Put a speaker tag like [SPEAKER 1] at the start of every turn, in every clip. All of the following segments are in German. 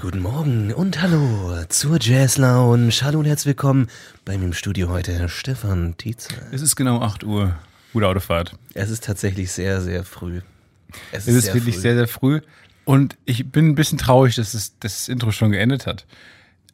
[SPEAKER 1] Guten Morgen und hallo zur Jazz Lounge. Hallo und herzlich willkommen bei mir im Studio heute Stefan Tietze.
[SPEAKER 2] Es ist genau 8 Uhr. Gute Autofahrt.
[SPEAKER 1] Es ist tatsächlich sehr, sehr früh.
[SPEAKER 2] Es ist, wirklich
[SPEAKER 1] früh.
[SPEAKER 2] sehr, sehr früh. Und ich bin ein bisschen traurig, dass, es, dass das Intro schon geendet hat.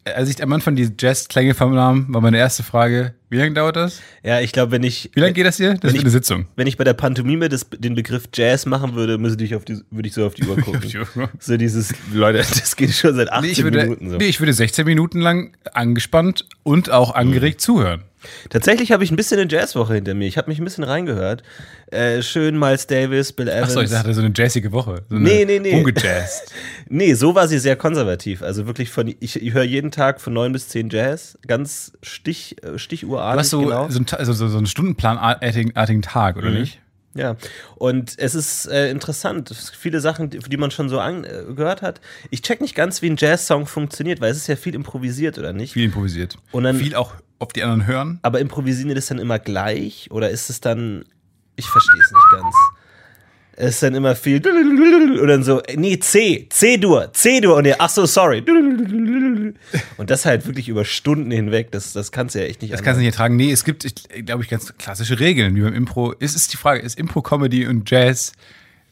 [SPEAKER 2] Äh, Als ich am Anfang die Jazz-Klänge vernahm, war meine erste Frage, wie lange dauert das?
[SPEAKER 3] Ja, ich glaube, wenn ich,
[SPEAKER 2] Wie lange geht das hier? Das
[SPEAKER 3] Äh, Wenn
[SPEAKER 2] ist eine Sitzung.
[SPEAKER 3] wenn ich bei der Pantomime das, den Begriff Jazz machen würde, müsste ich auf die, würde ich so auf die Uhr gucken. so dieses, Leute, das geht schon seit 18
[SPEAKER 2] Nee, ich, würde,
[SPEAKER 3] Minuten so.
[SPEAKER 2] nee, ich würde 16 Minuten lang angespannt und auch angeregt
[SPEAKER 3] Mhm.
[SPEAKER 2] zuhören.
[SPEAKER 3] Tatsächlich habe ich ein bisschen eine Jazzwoche hinter mir. Ich habe mich ein bisschen reingehört. Äh, schön Miles Davis, Bill Evans.
[SPEAKER 2] Achso, ich dachte, so eine jazzige Woche. So eine
[SPEAKER 3] Nee, nee, nee.
[SPEAKER 2] Rumgejazzt.
[SPEAKER 3] Nee, so war sie sehr konservativ. Also wirklich von, ich, ich höre jeden Tag von 9 bis 10 Jazz, ganz Stich, äh,
[SPEAKER 2] Du
[SPEAKER 3] stichuhrartig
[SPEAKER 2] hast so,
[SPEAKER 3] genau. Mhm.
[SPEAKER 2] so, einen, Ta- so, so so einen stundenplanartigen artigen Tag, oder nicht?
[SPEAKER 3] Ja, und es ist äh, interessant, Es gibt viele Sachen, die, die man schon so an, äh, gehört hat. Ich check nicht ganz, wie ein Jazz-Song funktioniert, weil es ist ja viel improvisiert, oder nicht?
[SPEAKER 2] Viel improvisiert.
[SPEAKER 3] Und dann- Ah,
[SPEAKER 2] Viel auch auf die anderen hören.
[SPEAKER 3] Aber improvisieren die das dann immer gleich oder ist es dann, ich verstehe es nicht ganz. Es ist dann immer viel und dann so, äh, nee, C, C-Dur, C-Dur und ihr, ach so, sorry. Und das halt wirklich über Stunden hinweg, das, das kannst du ja echt nicht
[SPEAKER 2] Das kannst du nicht ertragen. Nee, es gibt, ich, glaube ich, ganz klassische Regeln, wie beim Impro. Es ist die Frage, ist Impro-Comedy und Jazz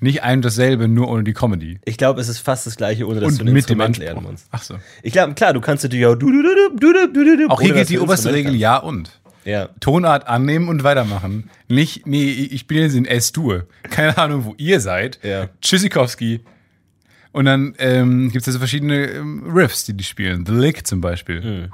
[SPEAKER 2] nicht ein und dasselbe, nur ohne die Comedy?
[SPEAKER 3] Ich glaube, es ist fast das gleiche, ohne dass du
[SPEAKER 2] Und
[SPEAKER 3] ein
[SPEAKER 2] mit dem
[SPEAKER 3] Instrument
[SPEAKER 2] Anspruch.
[SPEAKER 3] lernen musst.
[SPEAKER 2] Ach so.
[SPEAKER 3] Ich glaube, klar, du kannst natürlich auch du, du, du, du, du, du, du,
[SPEAKER 2] Auch
[SPEAKER 3] ohne
[SPEAKER 2] hier
[SPEAKER 3] dass
[SPEAKER 2] gilt die
[SPEAKER 3] du ein
[SPEAKER 2] oberste
[SPEAKER 3] Instrument
[SPEAKER 2] Regel ja und.
[SPEAKER 3] kannst. Ja.
[SPEAKER 2] Tonart annehmen und weitermachen. Nicht, nee, ich bin jetzt in S-Dur. Keine Ahnung, wo ihr seid.
[SPEAKER 3] Ja.
[SPEAKER 2] Tschüssikowski. Und dann ähm, gibt es ja so verschiedene ähm, Riffs, die die spielen. The Lick zum Beispiel.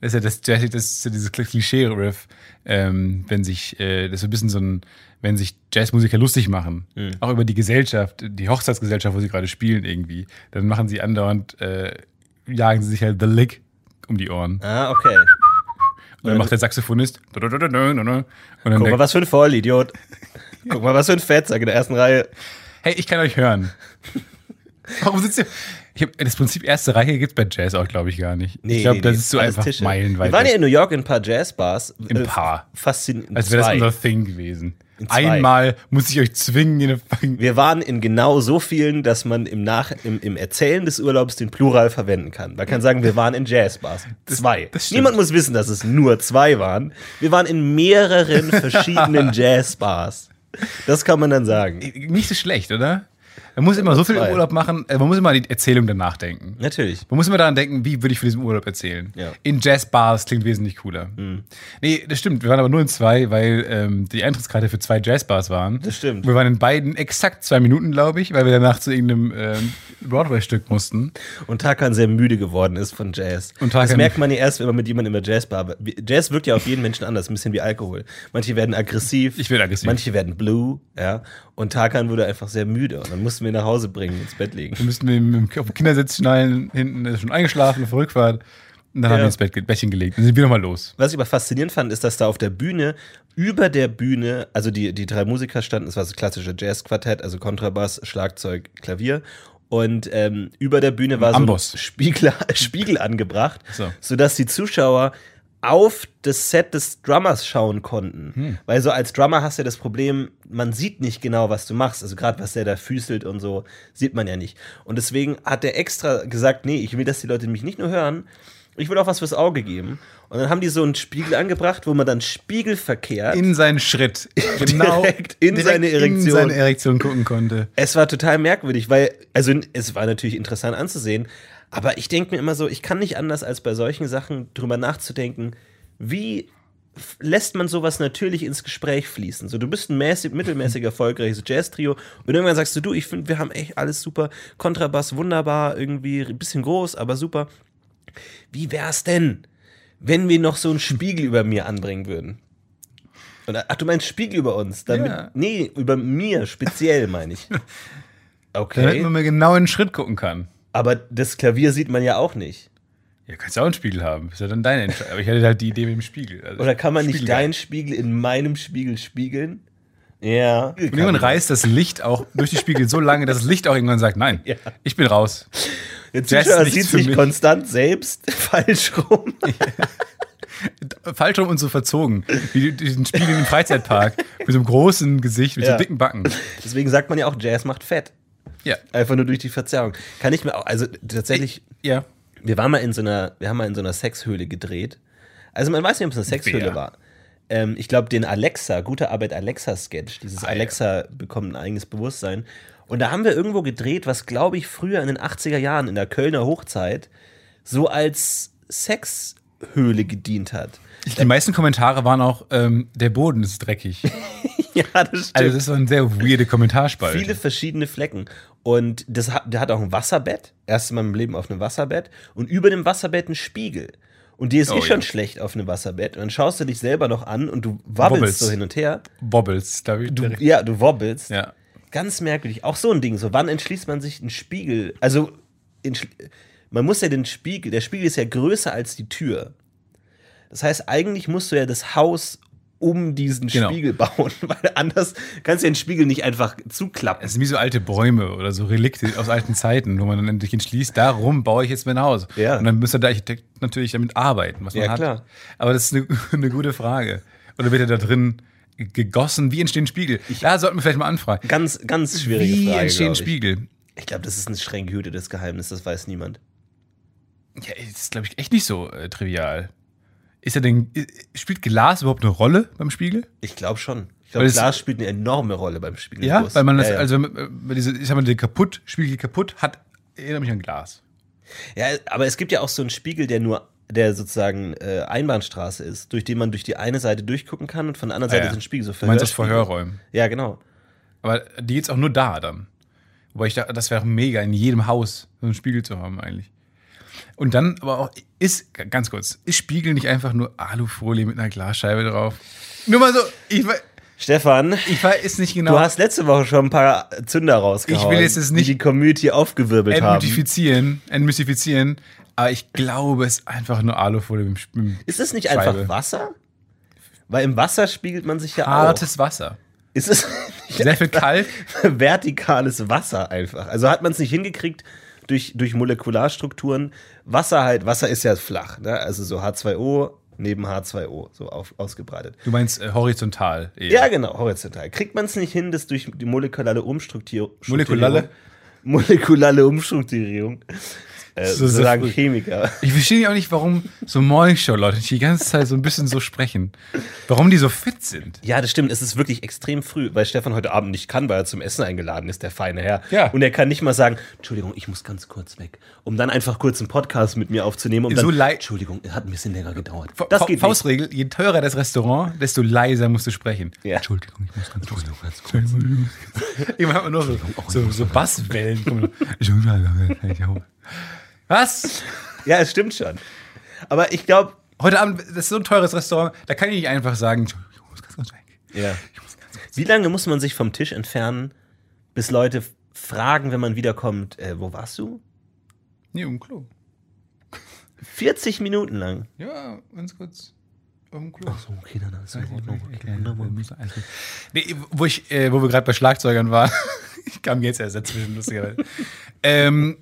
[SPEAKER 2] Das ist ja das, Jazz- das ist ja dieses Klischee-Riff, ähm, wenn sich, äh, das ist so ein bisschen so ein, wenn sich Jazzmusiker lustig machen. Auch über die Gesellschaft, die Hochzeitsgesellschaft, wo sie gerade spielen irgendwie. Dann machen sie andauernd, äh, jagen sie sich halt The Lick um die Ohren.
[SPEAKER 3] Ah, okay.
[SPEAKER 2] Und dann macht der Saxophonist. Und dann
[SPEAKER 3] Guck mal,
[SPEAKER 2] denkt,
[SPEAKER 3] was für ein Vollidiot. Guck mal, was für ein Fettsack in der ersten Reihe.
[SPEAKER 2] hey, ich kann euch hören. Warum sitzt ihr? Ich hab, das Prinzip erste Reihe gibt es bei Jazz auch, glaube ich, gar nicht. ich glaube, da sitzt du
[SPEAKER 3] alles
[SPEAKER 2] einfach
[SPEAKER 3] Tische.
[SPEAKER 2] meilenweit.
[SPEAKER 3] Wir waren ja in New York in ein paar Jazzbars. äh,
[SPEAKER 2] Im Paar.
[SPEAKER 3] Faszinierend.
[SPEAKER 2] als wäre das unser Thing gewesen.
[SPEAKER 3] In zwei.
[SPEAKER 2] Einmal muss ich euch zwingen, in eine fucking.
[SPEAKER 3] Wir waren in genau so vielen, dass man im, Nach im, im Erzählen des Urlaubs den Plural verwenden kann. Man kann sagen, wir waren in Jazzbars. Zwei.
[SPEAKER 2] das stimmt.
[SPEAKER 3] Niemand muss wissen, dass es nur zwei waren. Wir waren in mehreren verschiedenen Jazzbars. Das kann man dann sagen.
[SPEAKER 2] Nicht so schlecht, oder? Man muss immer so viel
[SPEAKER 3] Zwei.
[SPEAKER 2] Urlaub machen, äh, man muss immer an die Erzählung danach denken.
[SPEAKER 3] Natürlich.
[SPEAKER 2] Man muss immer daran denken, wie würde ich von diesem Urlaub erzählen.
[SPEAKER 3] Ja. Mhm.
[SPEAKER 2] In Jazzbars klingt wesentlich cooler. Nee, das stimmt. Wir waren aber nur in zwei, weil ähm, die Eintrittskarte für zwei Jazzbars waren.
[SPEAKER 3] Das stimmt.
[SPEAKER 2] Wir waren in beiden exakt zwei Minuten, glaube ich, weil wir danach zu irgendeinem ähm, Broadway-Stück mussten.
[SPEAKER 3] Und Tarkan sehr müde geworden ist von Jazz.
[SPEAKER 2] Und Tarkan-
[SPEAKER 3] das merkt man ja erst, wenn man mit jemandem in der Jazzbar. Jazz wirkt ja auf jeden Menschen anders, ein bisschen wie Alkohol. Manche werden aggressiv.
[SPEAKER 2] Ich werde aggressiv.
[SPEAKER 3] Manche werden blue, ja. Und Tarkan wurde einfach sehr müde. Und dann mussten wir ihn nach Hause bringen, ins Bett legen.
[SPEAKER 2] Wir mussten ihn mit dem- auf den Kindersitz schnallen, hinten ist er schon eingeschlafen auf der Rückfahrt. Und dann haben wir ihn ins Bett, ge- Bettchen gelegt. Dann sind wir nochmal los.
[SPEAKER 3] Was ich aber faszinierend fand, ist, dass da auf der Bühne, über der Bühne, also die, die drei Musiker standen, es war so klassische Jazz-Quartett, also Kontrabass, Schlagzeug, Klavier. Und ähm, über der Bühne war
[SPEAKER 2] Amboss.
[SPEAKER 3] so ein Spiegel, Spiegel angebracht,
[SPEAKER 2] So.
[SPEAKER 3] sodass die Zuschauer auf das Set des Drummers schauen konnten. Weil so als Drummer hast du ja das Problem, man sieht nicht genau, was du machst. Also gerade was der da füßelt und so, sieht man ja nicht. Und deswegen hat der extra gesagt, nee, ich will, dass die Leute mich nicht nur hören, ich will auch was fürs Auge geben. Und dann haben die so einen Spiegel angebracht, wo man dann Spiegel verkehrt.
[SPEAKER 2] In seinen Schritt.
[SPEAKER 3] Direkt Genau in seine
[SPEAKER 2] In
[SPEAKER 3] Erektion.
[SPEAKER 2] seine Erektion gucken konnte.
[SPEAKER 3] es war total merkwürdig, weil, also es war natürlich interessant anzusehen, aber ich denke mir immer so, ich kann nicht anders als bei solchen Sachen drüber nachzudenken, wie f- lässt man sowas natürlich ins Gespräch fließen. So, du bist ein mäßig, mittelmäßig erfolgreiches Jazz-Trio und irgendwann sagst du, du, ich finde, wir haben echt alles super, Kontrabass wunderbar, irgendwie ein bisschen groß, aber super. Wie wär's denn, wenn wir noch so einen Spiegel über mir anbringen würden? Und, ach, du meinst Spiegel über uns? Damit,
[SPEAKER 2] Ja.
[SPEAKER 3] Nee, über mir speziell meine ich.
[SPEAKER 2] Damit man
[SPEAKER 3] Okay,
[SPEAKER 2] mal genau in den Schritt gucken kann.
[SPEAKER 3] aber das Klavier sieht man ja auch nicht.
[SPEAKER 2] Ja, kannst ja auch einen Spiegel haben. Ist ja dann deine Entscheidung. Aber ich hatte halt die Idee mit dem Spiegel. Also
[SPEAKER 3] Oder kann man nicht
[SPEAKER 2] Spiegel.
[SPEAKER 3] deinen Spiegel in meinem Spiegel spiegeln? Ja.
[SPEAKER 2] Und irgendwann reißt das Licht auch durch die Spiegel so lange, dass das Licht auch irgendwann sagt, nein,
[SPEAKER 3] Ja.
[SPEAKER 2] ich bin raus.
[SPEAKER 3] Der
[SPEAKER 2] Jazz
[SPEAKER 3] Zuschauer
[SPEAKER 2] nichts
[SPEAKER 3] sieht
[SPEAKER 2] für
[SPEAKER 3] sich
[SPEAKER 2] mich.
[SPEAKER 3] konstant selbst falsch rum.
[SPEAKER 2] Falsch rum und so verzogen. Wie diesen Spiegel im Freizeitpark. Mit so einem großen Gesicht, mit so
[SPEAKER 3] Ja.
[SPEAKER 2] dicken Backen.
[SPEAKER 3] Deswegen sagt man ja auch, Jazz macht fett.
[SPEAKER 2] Ja.
[SPEAKER 3] Einfach nur durch die Verzerrung. Kann ich mir auch, also tatsächlich,
[SPEAKER 2] Ja.
[SPEAKER 3] wir waren mal in so einer, wir haben mal in so einer Sexhöhle gedreht. Also man weiß nicht, ob es eine Sexhöhle
[SPEAKER 2] Wer?
[SPEAKER 3] war. Ähm, ich glaube, den Alexa, gute Arbeit Alexa-Sketch, dieses Alexa bekommt ein eigenes Bewusstsein. Und da haben wir irgendwo gedreht, was, glaube ich, früher in den 80er Jahren, in der Kölner Hochzeit, so als Sexhöhle gedient hat.
[SPEAKER 2] Die meisten Kommentare waren auch, ähm, der Boden ist dreckig.
[SPEAKER 3] ja, das stimmt.
[SPEAKER 2] Also das war ein sehr weirde Kommentarspalte.
[SPEAKER 3] Viele verschiedene Flecken. Und das hat, der hat auch ein Wasserbett. Erstes Mal im Leben auf einem Wasserbett. Und über dem Wasserbett ein Spiegel. Und dir ist eh
[SPEAKER 2] Oh ja.
[SPEAKER 3] schon schlecht auf einem Wasserbett. Und dann schaust du dich selber noch an und du wabbelst
[SPEAKER 2] Wobbelst.
[SPEAKER 3] so hin und her.
[SPEAKER 2] Wobbles, glaube ich.
[SPEAKER 3] Du,
[SPEAKER 2] direkt.
[SPEAKER 3] ja, du wobbelst.
[SPEAKER 2] Ja.
[SPEAKER 3] Ganz merkwürdig. Auch so ein Ding. So, wann entschließt man sich einen Spiegel? Also, entschl- man muss ja den Spiegel, der Spiegel ist ja größer als die Tür. Das heißt, eigentlich musst du ja das Haus um diesen
[SPEAKER 2] Genau.
[SPEAKER 3] Spiegel bauen, weil anders kannst du den Spiegel nicht einfach zuklappen.
[SPEAKER 2] Es sind wie so alte Bäume oder so Relikte aus alten Zeiten, wo man dann endlich entschließt, darum baue ich jetzt mein Haus.
[SPEAKER 3] Ja.
[SPEAKER 2] Und dann müsste der Architekt natürlich damit arbeiten, was man
[SPEAKER 3] Ja,
[SPEAKER 2] hat.
[SPEAKER 3] klar.
[SPEAKER 2] Aber das ist eine, eine gute Frage. Oder wird er da drin gegossen? Wie entstehen Spiegel? da sollten wir vielleicht mal anfragen.
[SPEAKER 3] Ganz, ganz schwierige
[SPEAKER 2] Wie
[SPEAKER 3] Frage.
[SPEAKER 2] entstehen
[SPEAKER 3] glaub ich.
[SPEAKER 2] Spiegel?
[SPEAKER 3] Ich glaube, das ist ein streng gehütetes Geheimnis, das weiß niemand.
[SPEAKER 2] Ja, das ist, glaube ich, echt nicht so äh, trivial. Ist er denn, i- spielt Glas überhaupt eine Rolle beim Spiegel?
[SPEAKER 3] Ich glaube schon. Ich
[SPEAKER 2] Weil
[SPEAKER 3] glaube,
[SPEAKER 2] es-
[SPEAKER 3] Glas spielt eine enorme Rolle beim Spiel.
[SPEAKER 2] Ja, weil man das,
[SPEAKER 3] ja, ja.
[SPEAKER 2] also, wenn man, äh, diese, ich sag mal, der kaputt, Spiegel kaputt hat, erinnert mich an Glas.
[SPEAKER 3] Ja, aber es gibt ja auch so einen Spiegel, der nur, der sozusagen äh, Einbahnstraße ist, durch den man durch die eine Seite durchgucken kann und von der anderen Seite
[SPEAKER 2] Ah, ja.
[SPEAKER 3] ist ein Spiegel so
[SPEAKER 2] Du meinst aus
[SPEAKER 3] Verhörspiegel.
[SPEAKER 2] Verhörräumen.
[SPEAKER 3] Ja, genau.
[SPEAKER 2] Aber die geht's auch nur da dann. Wobei ich dachte, das wäre mega, in jedem Haus so einen Spiegel zu haben eigentlich. Und dann aber auch, ist, ganz kurz, ist Spiegel nicht einfach nur Alufolie mit einer Glasscheibe drauf? Nur mal so, ich, wei-
[SPEAKER 3] Stefan,
[SPEAKER 2] ich weiß nicht genau.
[SPEAKER 3] du hast letzte Woche schon ein paar Zünder rausgehauen.
[SPEAKER 2] Ich will jetzt es nicht-
[SPEAKER 3] die die Community aufgewirbelt haben.
[SPEAKER 2] entmystifizieren, entmystifizieren, aber ich glaube, es ist einfach nur Alufolie mit dem Sp- mit
[SPEAKER 3] Ist es nicht
[SPEAKER 2] Scheibe.
[SPEAKER 3] einfach Wasser? Weil im Wasser spiegelt man sich ja auch.
[SPEAKER 2] hartes Wasser.
[SPEAKER 3] Ist es nicht
[SPEAKER 2] Sehr viel Kalk.
[SPEAKER 3] vertikales Wasser einfach. Also hat man es nicht hingekriegt durch, durch Molekularstrukturen. Wasser halt, Wasser ist ja flach, ne? also so H2O neben H2O so auf, ausgebreitet.
[SPEAKER 2] Du meinst äh, horizontal. eher.
[SPEAKER 3] Ja, genau, horizontal. Kriegt man es nicht hin, das durch die molekulare Umstrukturierung.
[SPEAKER 2] Molekulare?
[SPEAKER 3] Molekulare Umstrukturierung. Äh,
[SPEAKER 2] So, so
[SPEAKER 3] so sagen
[SPEAKER 2] früh.
[SPEAKER 3] Chemiker.
[SPEAKER 2] Ich verstehe auch nicht, warum so Morningshow-Leute die ganze Zeit so ein bisschen so sprechen. Warum die so fit sind.
[SPEAKER 3] Ja, das stimmt. Es ist wirklich extrem früh, weil Stefan heute Abend nicht kann, weil er zum Essen eingeladen ist, der feine Herr.
[SPEAKER 2] Ja.
[SPEAKER 3] Und er kann nicht mal sagen, Entschuldigung, ich muss ganz kurz weg, um dann einfach kurz einen Podcast mit mir aufzunehmen. Um
[SPEAKER 2] So
[SPEAKER 3] dann,
[SPEAKER 2] leid-
[SPEAKER 3] Entschuldigung, es hat ein bisschen länger gedauert.
[SPEAKER 2] Fa-
[SPEAKER 3] Das
[SPEAKER 2] Fa-
[SPEAKER 3] geht nicht.
[SPEAKER 2] Faustregel, je teurer das Restaurant, desto leiser musst du sprechen.
[SPEAKER 3] Ja.
[SPEAKER 2] Entschuldigung, ich muss ganz kurz. Entschuldigung, Ich mache nur so, so, so Basswellen. kommen. Entschuldigung, Was?
[SPEAKER 3] Ja, es stimmt schon. Aber ich glaube,
[SPEAKER 2] Heute Abend, das ist so ein teures Restaurant, da kann ich nicht einfach sagen, Entschuldigung, ich muss ganz kurz weg.
[SPEAKER 3] ja.
[SPEAKER 2] Ich muss ganz kurz
[SPEAKER 3] wie lange muss man sich vom Tisch entfernen, bis Leute f- fragen, wenn man wiederkommt, äh, wo warst du?
[SPEAKER 2] Nee, um Klo.
[SPEAKER 3] 40 Minuten lang.
[SPEAKER 2] Ja, ganz kurz. Um Klo.
[SPEAKER 3] So, okay, dann ist es in Ordnung. Okay, wunderbar.
[SPEAKER 2] Nee, wo, ich, äh, wo wir gerade bei Schlagzeugern waren, ich kam jetzt erst dazwischen, lustigerweise. ähm,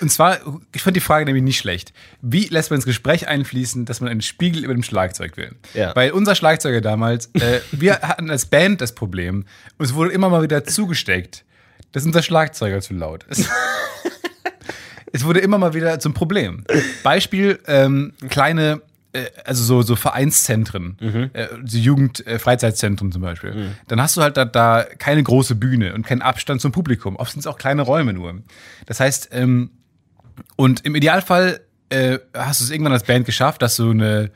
[SPEAKER 2] und zwar, ich fand die Frage nämlich nicht schlecht. Wie lässt man ins Gespräch einfließen, dass man einen Spiegel über dem Schlagzeug will?
[SPEAKER 3] Ja.
[SPEAKER 2] Weil unser Schlagzeuger damals, äh, wir hatten als Band das Problem, uns wurde immer mal wieder zugesteckt, dass unser Schlagzeuger zu laut ist. es wurde immer mal wieder zum Problem. Beispiel, ähm, kleine, äh, also so, so Vereinszentren, äh, so Jugend-, äh, Freizeitzentren zum Beispiel. Dann hast du halt da, da keine große Bühne und keinen Abstand zum Publikum. Oft sind es auch kleine Räume nur. Das heißt, ähm, und im Idealfall äh, hast du es irgendwann als Band geschafft, dass du eine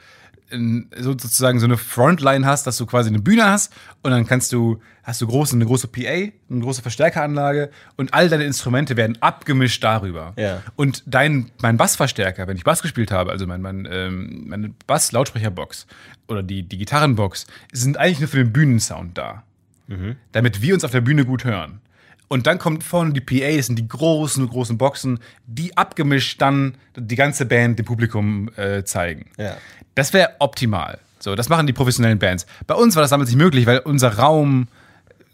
[SPEAKER 2] ein- so- sozusagen so eine Frontline hast, dass du quasi eine Bühne hast und dann kannst du hast du große eine große PA, eine große Verstärkeranlage und all deine Instrumente werden abgemischt darüber.
[SPEAKER 3] Ja.
[SPEAKER 2] Und dein mein Bassverstärker, wenn ich Bass gespielt habe, also mein, mein ähm, meine Bass-Lautsprecherbox oder die die Gitarrenbox sind eigentlich nur für den Bühnensound da damit wir uns auf der Bühne gut hören. Und dann kommt vorne die PA, das sind die großen, großen Boxen, die abgemischt dann die ganze Band dem Publikum äh, zeigen.
[SPEAKER 3] Ja.
[SPEAKER 2] Das wäre optimal. So, das machen die professionellen Bands. Bei uns war das damals nicht möglich, weil unser Raum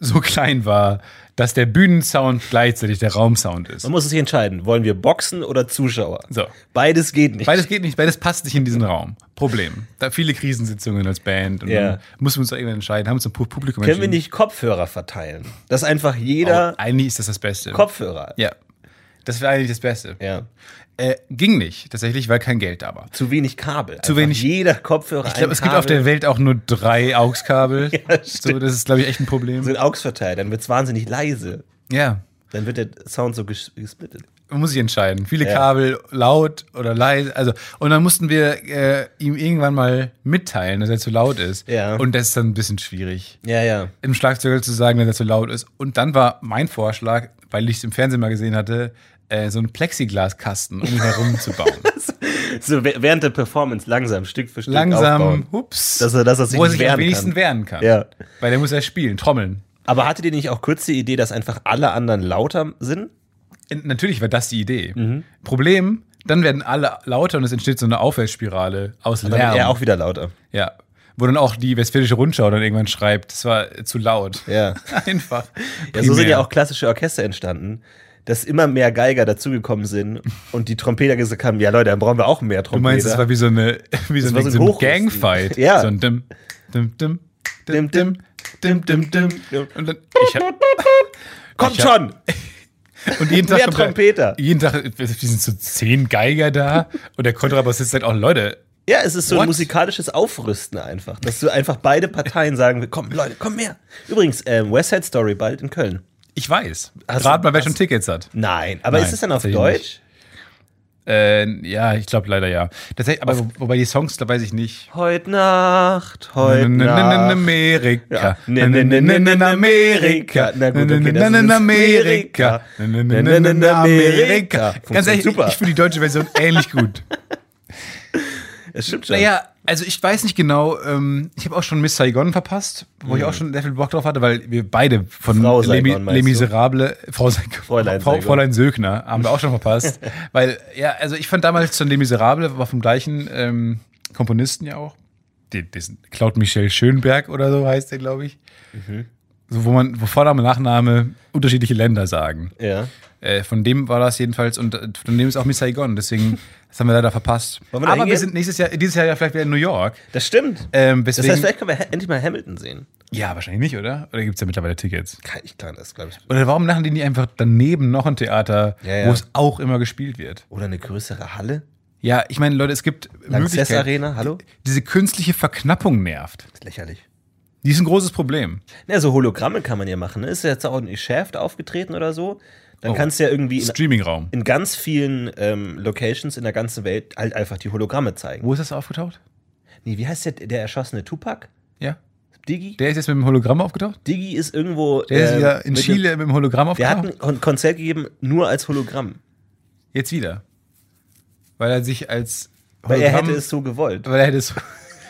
[SPEAKER 2] so klein war, dass der Bühnensound gleichzeitig der Raumsound ist.
[SPEAKER 3] Man muss sich entscheiden, wollen wir Boxen oder Zuschauer?
[SPEAKER 2] So.
[SPEAKER 3] Beides geht nicht.
[SPEAKER 2] Beides geht nicht, beides passt nicht in diesen Raum. Problem. Da viele Krisensitzungen als Band und
[SPEAKER 3] Ja.
[SPEAKER 2] dann mussten wir uns da irgendwann entscheiden, haben uns zum Pu- Publikum
[SPEAKER 3] Können wir
[SPEAKER 2] entschieden.
[SPEAKER 3] nicht Kopfhörer verteilen? Dass einfach jeder
[SPEAKER 2] Oh, eigentlich ist das das Beste.
[SPEAKER 3] Kopfhörer.
[SPEAKER 2] Ja. Das wäre eigentlich das Beste.
[SPEAKER 3] Ja.
[SPEAKER 2] Äh, ging nicht, tatsächlich, weil kein Geld da war.
[SPEAKER 3] Zu wenig Kabel. Zu
[SPEAKER 2] wenig-
[SPEAKER 3] Jeder Kopfhörer.
[SPEAKER 2] Ich glaube, es gibt auf der Welt auch nur drei AUX-Kabel. so,
[SPEAKER 3] stimmt.
[SPEAKER 2] das ist, glaube ich, echt ein Problem.
[SPEAKER 3] so ein AUX verteilt, dann wird es wahnsinnig leise.
[SPEAKER 2] ja.
[SPEAKER 3] Dann wird der Sound so ges gesplittet.
[SPEAKER 2] Man muss sich entscheiden. Viele
[SPEAKER 3] Ja.
[SPEAKER 2] Kabel laut oder leise. Also, und dann mussten wir äh, ihm irgendwann mal mitteilen, dass er zu laut ist.
[SPEAKER 3] Ja.
[SPEAKER 2] Und das ist dann ein bisschen schwierig,
[SPEAKER 3] Ja, ja.
[SPEAKER 2] im Schlagzeuger zu sagen, dass er zu laut ist. Und dann war mein Vorschlag, weil ich es im Fernsehen mal gesehen hatte, äh, so einen Plexiglaskasten um ihn herum zu bauen.
[SPEAKER 3] So we- während der Performance langsam, Stück für Stück
[SPEAKER 2] Langsam,
[SPEAKER 3] aufbauen.
[SPEAKER 2] hups.
[SPEAKER 3] Dass er- dass er sich
[SPEAKER 2] wo er
[SPEAKER 3] nicht
[SPEAKER 2] sich am
[SPEAKER 3] wehren
[SPEAKER 2] wenigsten
[SPEAKER 3] kann.
[SPEAKER 2] wehren kann.
[SPEAKER 3] Ja.
[SPEAKER 2] Weil der muss ja spielen, trommeln.
[SPEAKER 3] Aber hattet ihr nicht auch kurz die Idee, dass einfach alle anderen lauter sind?
[SPEAKER 2] Und Natürlich war das die Idee. Problem, dann werden alle lauter und es entsteht so eine Aufwärtsspirale aus
[SPEAKER 3] Dann
[SPEAKER 2] Lärm.
[SPEAKER 3] wird er auch wieder lauter.
[SPEAKER 2] ja. Wo dann auch die Westfälische Rundschau dann irgendwann schreibt, das war äh, zu laut.
[SPEAKER 3] Ja.
[SPEAKER 2] Einfach.
[SPEAKER 3] Ja, so sind
[SPEAKER 2] Primär.
[SPEAKER 3] ja auch klassische Orchester entstanden, dass immer mehr Geiger dazugekommen sind und die Trompeter gesagt haben, ja Leute, dann brauchen wir auch mehr
[SPEAKER 2] Du
[SPEAKER 3] Trompeter.
[SPEAKER 2] meinst, das war wie so eine wie so,
[SPEAKER 3] war
[SPEAKER 2] ein,
[SPEAKER 3] so
[SPEAKER 2] so
[SPEAKER 3] ein
[SPEAKER 2] ein
[SPEAKER 3] Hochhusten.
[SPEAKER 2] Gangfight.
[SPEAKER 3] Ja.
[SPEAKER 2] So ein dim, dim, dim, dim, dim, dim, dim, dim.
[SPEAKER 3] Dim.
[SPEAKER 2] Und dann, ich hab,
[SPEAKER 3] Kommt
[SPEAKER 2] Ich hab-
[SPEAKER 3] schon!
[SPEAKER 2] Und jeden Tag
[SPEAKER 3] Mehr
[SPEAKER 2] kommt er-
[SPEAKER 3] Trompeter.
[SPEAKER 2] Jeden Tag, wir sind so zehn Geiger da und der Kontrabassist sagt auch, Leute,
[SPEAKER 3] Ja, es ist so
[SPEAKER 2] What?
[SPEAKER 3] ein musikalisches Aufrüsten einfach, dass du einfach beide Parteien sagen, komm Leute, komm mehr. Übrigens, ähm, West Side Story bald in Köln.
[SPEAKER 2] ich weiß.
[SPEAKER 3] Hast
[SPEAKER 2] Rat
[SPEAKER 3] du-
[SPEAKER 2] mal, wer schon
[SPEAKER 3] hast-
[SPEAKER 2] Tickets hat.
[SPEAKER 3] Nein, aber
[SPEAKER 2] Nein,
[SPEAKER 3] ist es dann auf
[SPEAKER 2] tatsächlich
[SPEAKER 3] Deutsch?
[SPEAKER 2] Äh, ja, ich glaube leider ja. Tatsächlich, aber wo- wobei die Songs, da weiß ich nicht.
[SPEAKER 3] Heute Nacht, heute
[SPEAKER 2] Nen- nen- nen-
[SPEAKER 3] Nacht.
[SPEAKER 2] Amerika.
[SPEAKER 3] Ja.
[SPEAKER 2] Nen- nen- nen- nen- nen- Amerika.
[SPEAKER 3] Na gut,
[SPEAKER 2] Nen-
[SPEAKER 3] okay,
[SPEAKER 2] nen-
[SPEAKER 3] das
[SPEAKER 2] nen-
[SPEAKER 3] ist
[SPEAKER 2] nen- Amerika. Nen- nen- nen- nen- nen- Amerika. Ganz
[SPEAKER 3] Funktioniert
[SPEAKER 2] ehrlich,
[SPEAKER 3] super.
[SPEAKER 2] ich finde die deutsche Version ähnlich gut.
[SPEAKER 3] Es stimmt schon.
[SPEAKER 2] Naja, also ich weiß nicht genau, ähm, ich habe auch schon Miss Saigon verpasst, wo ich auch schon sehr viel Bock drauf hatte, weil wir beide von
[SPEAKER 3] Mhm. Frau Saigon,
[SPEAKER 2] Les,
[SPEAKER 3] meinst
[SPEAKER 2] Les
[SPEAKER 3] du?
[SPEAKER 2] Miserable, Frau Saigon,
[SPEAKER 3] Fräulein
[SPEAKER 2] Frau,
[SPEAKER 3] Saigon.
[SPEAKER 2] Fräulein Sögner haben wir auch schon verpasst. weil, ja, also ich fand damals schon Les Miserable, war vom gleichen ähm,
[SPEAKER 3] Mhm.
[SPEAKER 2] Komponisten ja auch. Den, diesen Claude Michel Schönberg oder so heißt der, glaube ich. so, wo man wo Vorname und Nachname unterschiedliche Länder sagen.
[SPEAKER 3] Ja.
[SPEAKER 2] Äh, von dem war das jedenfalls und äh, von dem ist auch Miss Saigon. Deswegen, das haben wir leider verpasst.
[SPEAKER 3] Wollen wir da
[SPEAKER 2] Aber wir
[SPEAKER 3] hingehen?
[SPEAKER 2] sind nächstes Jahr, dieses Jahr ja vielleicht wieder in New York.
[SPEAKER 3] Das stimmt.
[SPEAKER 2] Ähm,
[SPEAKER 3] das
[SPEAKER 2] deswegen,
[SPEAKER 3] heißt, vielleicht können wir ha- endlich mal Hamilton sehen.
[SPEAKER 2] ja, wahrscheinlich nicht, oder? Oder gibt es ja mittlerweile Tickets?
[SPEAKER 3] Kann ich kann das, glaube ich.
[SPEAKER 2] Oder warum machen die nicht einfach daneben noch ein Theater,
[SPEAKER 3] Ja, ja.
[SPEAKER 2] wo es auch immer gespielt wird?
[SPEAKER 3] Oder eine größere Halle?
[SPEAKER 2] Ja, ich meine, Leute, es gibt
[SPEAKER 3] Lanxess
[SPEAKER 2] Möglichkeiten.
[SPEAKER 3] Arena, hallo?
[SPEAKER 2] Diese künstliche Verknappung nervt.
[SPEAKER 3] Das ist lächerlich.
[SPEAKER 2] Die ist ein großes Problem.
[SPEAKER 3] Na, so Hologramme kann man ja machen. Ne? Ist ja jetzt auch in Geschäft aufgetreten oder so. Dann
[SPEAKER 2] Oh.
[SPEAKER 3] kannst du ja irgendwie in,
[SPEAKER 2] Streamingraum.
[SPEAKER 3] in ganz vielen ähm, Locations in der ganzen Welt halt einfach die Hologramme zeigen.
[SPEAKER 2] Wo ist das aufgetaucht?
[SPEAKER 3] Nee, wie heißt der, der erschossene Tupac?
[SPEAKER 2] Ja.
[SPEAKER 3] Digi?
[SPEAKER 2] Der ist jetzt mit dem Hologramm aufgetaucht?
[SPEAKER 3] Digi ist irgendwo.
[SPEAKER 2] Der ist
[SPEAKER 3] ähm,
[SPEAKER 2] wieder in
[SPEAKER 3] mit
[SPEAKER 2] Chile Ah. mit dem Hologramm
[SPEAKER 3] Einem, der hat
[SPEAKER 2] aufgetaucht?
[SPEAKER 3] ein Kon- Konzert gegeben, nur als Hologramm.
[SPEAKER 2] Jetzt wieder. Weil er sich als
[SPEAKER 3] Weil er
[SPEAKER 2] Hologramm-
[SPEAKER 3] hätte es so gewollt.
[SPEAKER 2] Weil er hätte es.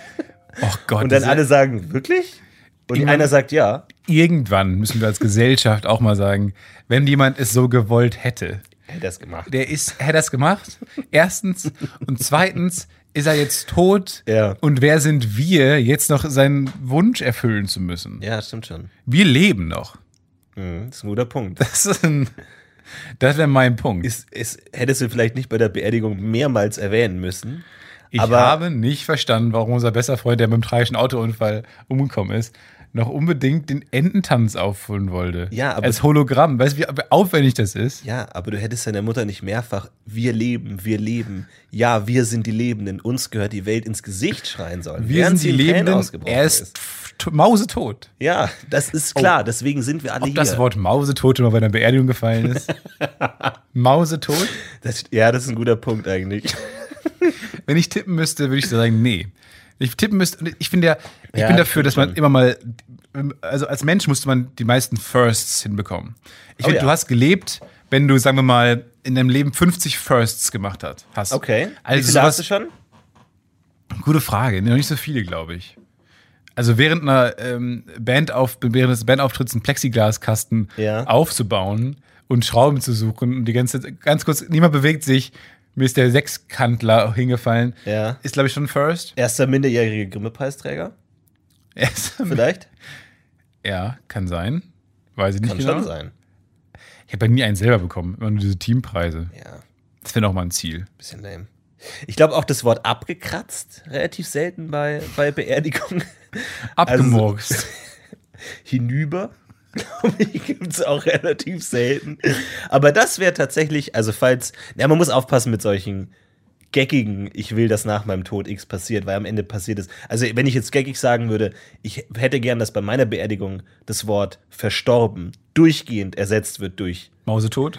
[SPEAKER 2] Oh Gott.
[SPEAKER 3] Und dann
[SPEAKER 2] das-
[SPEAKER 3] alle sagen, wirklich? Und
[SPEAKER 2] Irgendwann-
[SPEAKER 3] einer sagt ja.
[SPEAKER 2] irgendwann müssen wir als Gesellschaft auch mal sagen, wenn jemand es so gewollt hätte,
[SPEAKER 3] Hätte das gemacht.
[SPEAKER 2] der ist, hätte das gemacht. Erstens. Und zweitens ist er jetzt tot.
[SPEAKER 3] Ja.
[SPEAKER 2] Und wer sind wir, jetzt noch seinen Wunsch erfüllen zu müssen?
[SPEAKER 3] Ja, stimmt schon.
[SPEAKER 2] Wir leben noch.
[SPEAKER 3] Mhm, das ist ein guter Punkt.
[SPEAKER 2] Das ist ein. Das wäre mein Punkt.
[SPEAKER 3] Ist, ist, hättest du vielleicht nicht bei der Beerdigung mehrmals erwähnen müssen.
[SPEAKER 2] Ich
[SPEAKER 3] aber-
[SPEAKER 2] habe nicht verstanden, warum unser bester Freund, der beim tragischen Autounfall umgekommen ist, noch unbedingt den Ententanz aufführen wollte.
[SPEAKER 3] Ja, aber-
[SPEAKER 2] Als Hologramm. Weißt du, wie aufwendig das ist?
[SPEAKER 3] Ja, aber du hättest deiner Mutter nicht mehrfach Wir leben, wir leben, ja, wir sind die Lebenden, uns gehört die Welt ins Gesicht schreien sollen.
[SPEAKER 2] Wir
[SPEAKER 3] während
[SPEAKER 2] sind die
[SPEAKER 3] sie in Tränen
[SPEAKER 2] Lebenden.
[SPEAKER 3] ausgebrochen
[SPEAKER 2] Er ist t- mausetot.
[SPEAKER 3] Ja, das ist klar, deswegen sind wir alle
[SPEAKER 2] Ob
[SPEAKER 3] hier.
[SPEAKER 2] das Wort mausetot schon mal bei einer Beerdigung gefallen ist? mausetot?
[SPEAKER 3] Das- ja, das ist ein guter Punkt eigentlich.
[SPEAKER 2] Wenn ich tippen müsste, würde ich sagen, nee. Wenn ich tippen müsste, und ich finde ja, ich
[SPEAKER 3] Ja,
[SPEAKER 2] bin dafür, dass man
[SPEAKER 3] stimmt
[SPEAKER 2] immer mal, also als Mensch musste man die meisten Firsts hinbekommen. Ich
[SPEAKER 3] Oh
[SPEAKER 2] finde,
[SPEAKER 3] ja.
[SPEAKER 2] du hast gelebt, wenn du, sagen wir mal, in deinem Leben 50 Firsts gemacht hat, hast.
[SPEAKER 3] Okay. Wie
[SPEAKER 2] Also
[SPEAKER 3] viele
[SPEAKER 2] sowas,
[SPEAKER 3] hast du schon?
[SPEAKER 2] Gute Frage. Nee, Noch nicht so viele, glaube ich. Also während einer ähm, Band auf, während des Bandauftritts einen Plexiglaskasten
[SPEAKER 3] Ja.
[SPEAKER 2] aufzubauen und Schrauben zu suchen und die ganze Zeit, ganz kurz, niemand bewegt sich, mir ist der Sechskantler hingefallen.
[SPEAKER 3] Ja.
[SPEAKER 2] Ist, glaube ich, schon First.
[SPEAKER 3] Erster minderjährige Grimme-Preisträger? Vielleicht?
[SPEAKER 2] ja, kann sein. Weiß ich nicht
[SPEAKER 3] Kann
[SPEAKER 2] genau.
[SPEAKER 3] schon sein.
[SPEAKER 2] Ich habe ja nie einen selber bekommen, immer nur diese Teampreise.
[SPEAKER 3] Ja,
[SPEAKER 2] Das wäre nochmal ein Ziel.
[SPEAKER 3] bisschen lame. Ich glaube auch das Wort abgekratzt, relativ selten bei, bei Beerdigungen.
[SPEAKER 2] Abgemurkst.
[SPEAKER 3] Also, hinüber. Glaube ich, gibt es auch relativ selten. Aber das wäre tatsächlich, also falls, ja, man muss aufpassen mit solchen geckigen, ich will, dass nach meinem Tod X passiert, weil am Ende passiert es. Also, wenn ich jetzt geckig sagen würde, ich hätte gern, dass bei meiner Beerdigung das Wort verstorben durchgehend ersetzt wird durch
[SPEAKER 2] Mausetot.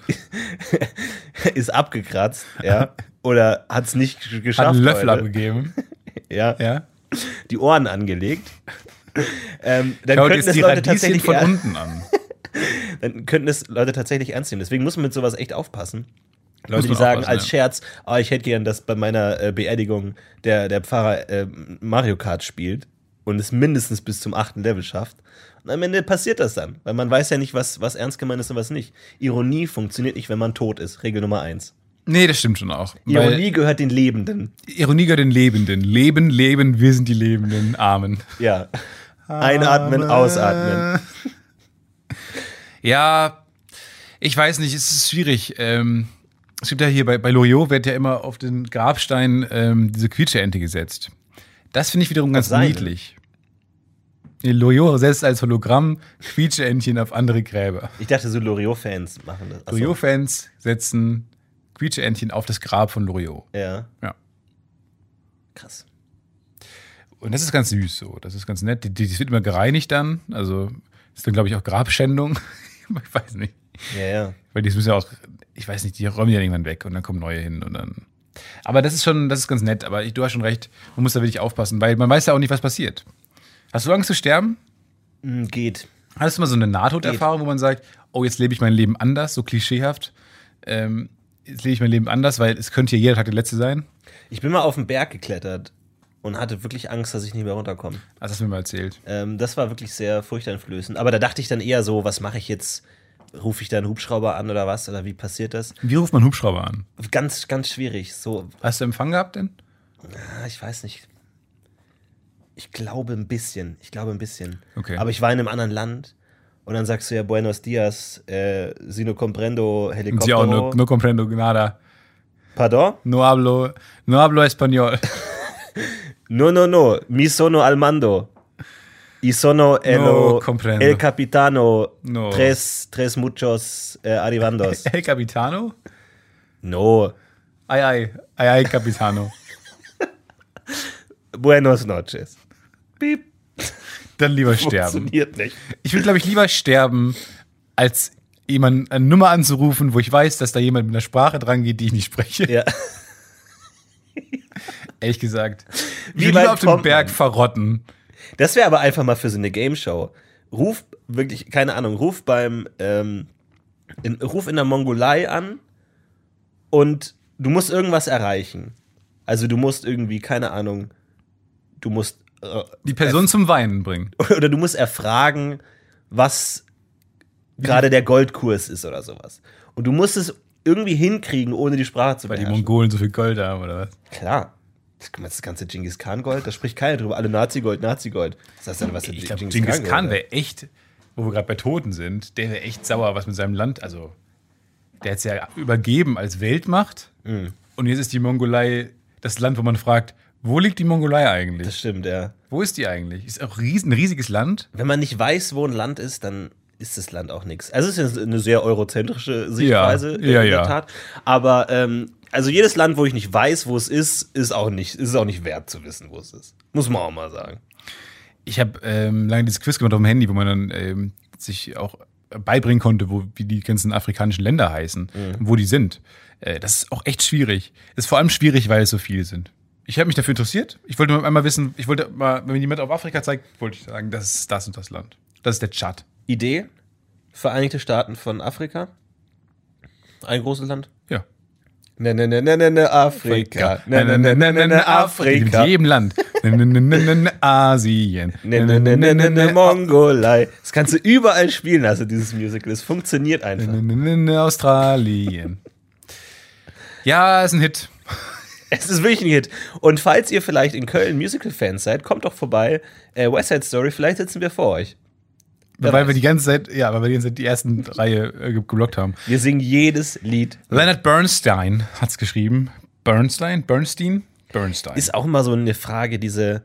[SPEAKER 3] ist abgekratzt, ja. Oder hat es nicht gesch- geschafft.
[SPEAKER 2] Hat einen Löffel
[SPEAKER 3] heute.
[SPEAKER 2] abgegeben.
[SPEAKER 3] Ja,
[SPEAKER 2] Ja.
[SPEAKER 3] Die Ohren angelegt. ähm, dann
[SPEAKER 2] Schaut
[SPEAKER 3] könnten
[SPEAKER 2] jetzt
[SPEAKER 3] das
[SPEAKER 2] die
[SPEAKER 3] Leute
[SPEAKER 2] Radieschen
[SPEAKER 3] tatsächlich
[SPEAKER 2] von
[SPEAKER 3] eher-
[SPEAKER 2] unten an.
[SPEAKER 3] dann könnten es Leute tatsächlich ernst nehmen. Deswegen muss man mit sowas echt aufpassen.
[SPEAKER 2] Muss
[SPEAKER 3] Leute, die
[SPEAKER 2] man
[SPEAKER 3] sagen
[SPEAKER 2] aufpassen,
[SPEAKER 3] als
[SPEAKER 2] ja.
[SPEAKER 3] Scherz, ah, ich hätte gern, dass bei meiner äh, Beerdigung der, der Pfarrer äh, Mario Kart spielt und es mindestens bis zum achten Level schafft. Und am Ende passiert das dann, weil man weiß ja nicht, was, was ernst gemeint ist und was nicht. Ironie funktioniert nicht, wenn man tot ist. Regel Nummer eins.
[SPEAKER 2] Nee, das stimmt schon auch. Weil-
[SPEAKER 3] Ironie gehört den Lebenden.
[SPEAKER 2] Ironie gehört den Lebenden. Leben, leben, wir sind die Lebenden. Amen.
[SPEAKER 3] Ja. Einatmen, ausatmen.
[SPEAKER 2] Ja, ich weiß nicht, es ist schwierig. Ähm, es gibt ja hier bei, bei Loriot wird ja immer auf den Grabstein ähm, diese Quietscheente gesetzt. Das finde ich wiederum ganz
[SPEAKER 3] seine?
[SPEAKER 2] niedlich. Nee, Loriot setzt als Hologramm Quietscheentchen auf andere Gräber.
[SPEAKER 3] Ich dachte, so Loriot-Fans machen das. Ach so.
[SPEAKER 2] Loriot-Fans setzen Quietscheentchen auf das Grab von Loriot.
[SPEAKER 3] Ja.
[SPEAKER 2] Ja.
[SPEAKER 3] Krass.
[SPEAKER 2] Und das ist ganz süß so. Das ist ganz nett. Die, die, das wird immer gereinigt dann. Also ist dann, glaube ich, auch Grabschändung. ich weiß nicht.
[SPEAKER 3] Ja, ja.
[SPEAKER 2] Weil die müssen ja auch, ich weiß nicht, die räumen ja irgendwann weg und dann kommen neue hin und dann. Aber das ist schon, das ist ganz nett. Aber ich, du hast schon recht, man muss da wirklich aufpassen, weil man weiß ja auch nicht, was passiert. Hast du Angst zu sterben?
[SPEAKER 3] Hm, geht.
[SPEAKER 2] Hattest du mal so eine Nahtoderfahrung, wo man sagt, oh, jetzt lebe ich mein Leben anders, so klischeehaft. Ähm, jetzt lebe ich mein Leben anders, weil es könnte ja jeder Tag der letzte sein.
[SPEAKER 3] Ich bin mal auf den Berg geklettert und hatte wirklich Angst, dass ich nicht mehr runterkomme.
[SPEAKER 2] Das Also hast du mir mal erzählt.
[SPEAKER 3] Ähm, das war wirklich sehr furchteinflößend. Aber da dachte ich dann eher so, was mache ich jetzt? Rufe ich da einen Hubschrauber an oder was? Oder wie passiert das?
[SPEAKER 2] Wie ruft man Hubschrauber an?
[SPEAKER 3] Ganz, ganz schwierig. So,
[SPEAKER 2] Hast du Empfang gehabt denn?
[SPEAKER 3] ah, ich weiß nicht. Ich glaube ein bisschen. Ich glaube ein bisschen.
[SPEAKER 2] Okay.
[SPEAKER 3] Aber ich war in einem anderen Land Und dann sagst du ja Buenos Dias, äh, Sino Comprendo,
[SPEAKER 2] Und sie auch, no,
[SPEAKER 3] Helikopter.
[SPEAKER 2] no comprendo nada.
[SPEAKER 3] Pardon?
[SPEAKER 2] No hablo, no hablo español.
[SPEAKER 3] No, no, no. Mi sono al mando. Y sono el,
[SPEAKER 2] No comprendo.
[SPEAKER 3] el capitano.
[SPEAKER 2] No.
[SPEAKER 3] Tres, tres muchos eh, arribandos.
[SPEAKER 2] El Capitano?
[SPEAKER 3] no.
[SPEAKER 2] Ei, ei, ei, ei, Capitano.
[SPEAKER 3] Buenos noches. Piep.
[SPEAKER 2] Dann lieber sterben.
[SPEAKER 3] Funktioniert nicht.
[SPEAKER 2] Ich würde, glaube ich, lieber sterben, als jemanden eine Nummer anzurufen, wo ich weiß, dass da jemand mit einer Sprache dran geht, die ich nicht spreche.
[SPEAKER 3] Ja.
[SPEAKER 2] Ehrlich gesagt.
[SPEAKER 3] Wie
[SPEAKER 2] Ich würde
[SPEAKER 3] weit
[SPEAKER 2] lieber auf
[SPEAKER 3] kommt
[SPEAKER 2] dem
[SPEAKER 3] man?
[SPEAKER 2] Berg verrotten.
[SPEAKER 3] Das wäre aber einfach mal für so eine Game Show. Ruf wirklich, keine Ahnung, ruf beim ähm, in, ruf in der Mongolei an und du musst irgendwas erreichen. Also du musst irgendwie, keine Ahnung, du musst äh,
[SPEAKER 2] Die Person zum Weinen bringen.
[SPEAKER 3] oder du musst erfragen, was gerade der Goldkurs ist oder sowas. Und du musst es irgendwie hinkriegen, ohne die Sprache zu
[SPEAKER 2] Weil die
[SPEAKER 3] beherrschen.
[SPEAKER 2] Mongolen so viel Gold haben, oder was?
[SPEAKER 3] Klar. Das, guck mal, das ganze Genghis Khan Gold, da spricht keiner drüber. Alle Nazi-Gold, Nazi-Gold. Was heißt denn, was
[SPEAKER 2] Ich glaube, Genghis Khan wäre echt, wo wir gerade bei Toten sind, der wäre echt sauer, was mit seinem Land, also der hat es ja übergeben als Weltmacht. Und jetzt ist die Mongolei das Land, wo man fragt, wo liegt die Mongolei eigentlich?
[SPEAKER 3] Das stimmt, ja.
[SPEAKER 2] Wo ist die eigentlich? Ist auch ries ein riesiges Land.
[SPEAKER 3] Wenn man nicht weiß, wo ein Land ist, dann ist das Land auch nichts. Also es ist jetzt eine sehr eurozentrische Sichtweise äh,
[SPEAKER 2] ja,
[SPEAKER 3] in der
[SPEAKER 2] ja.
[SPEAKER 3] Tat. Aber ähm, also jedes Land, wo ich nicht weiß, wo es ist, ist auch nicht, ist auch nicht wert zu wissen, wo es ist. Muss man auch mal sagen.
[SPEAKER 2] Ich habe ähm, lange dieses Quiz gemacht auf dem Handy, wo man dann ähm, sich auch beibringen konnte, wo, wie die ganzen afrikanischen Länder heißen, und wo die sind. Äh, das ist auch echt schwierig. Ist vor allem schwierig, weil es so viele sind. Ich habe mich dafür interessiert. Ich wollte nur einmal wissen, ich wollte mal, wenn mir jemand auf Afrika zeigt, wollte ich sagen, das ist das und das Land. Das ist der Tschad.
[SPEAKER 3] Idee? Vereinigte Staaten von Afrika? Ein großes Land?
[SPEAKER 2] Ja.
[SPEAKER 3] Ne, ne, ne, ne, ne, ne, Afrika. Ne, ne, ne, ne, ne, ne, Afrika.
[SPEAKER 2] In jedem Land. Ne, ne, ne, ne, ne, ne, Asien.
[SPEAKER 3] Ne, ne, ne, ne, ne, ne, Mongolei. Das kannst du überall spielen, also dieses Musical. Es funktioniert einfach.
[SPEAKER 2] Ne, ne, ne, ne, Australien. Ja, ist ein Hit.
[SPEAKER 3] Es ist wirklich ein Hit. Und falls ihr vielleicht in Köln Musical-Fans seid, kommt doch vorbei. Äh, West Side Story, vielleicht sitzen wir vor euch. Wer
[SPEAKER 2] weil
[SPEAKER 3] weiß.
[SPEAKER 2] wir die ganze Zeit, ja, weil wir die ganze Zeit die ersten Reihe äh, ge- geblockt haben.
[SPEAKER 3] Wir singen jedes Lied.
[SPEAKER 2] Leonard Bernstein hat's geschrieben. Bernstein? Bernstein? Bernstein.
[SPEAKER 3] Ist auch immer so eine Frage, diese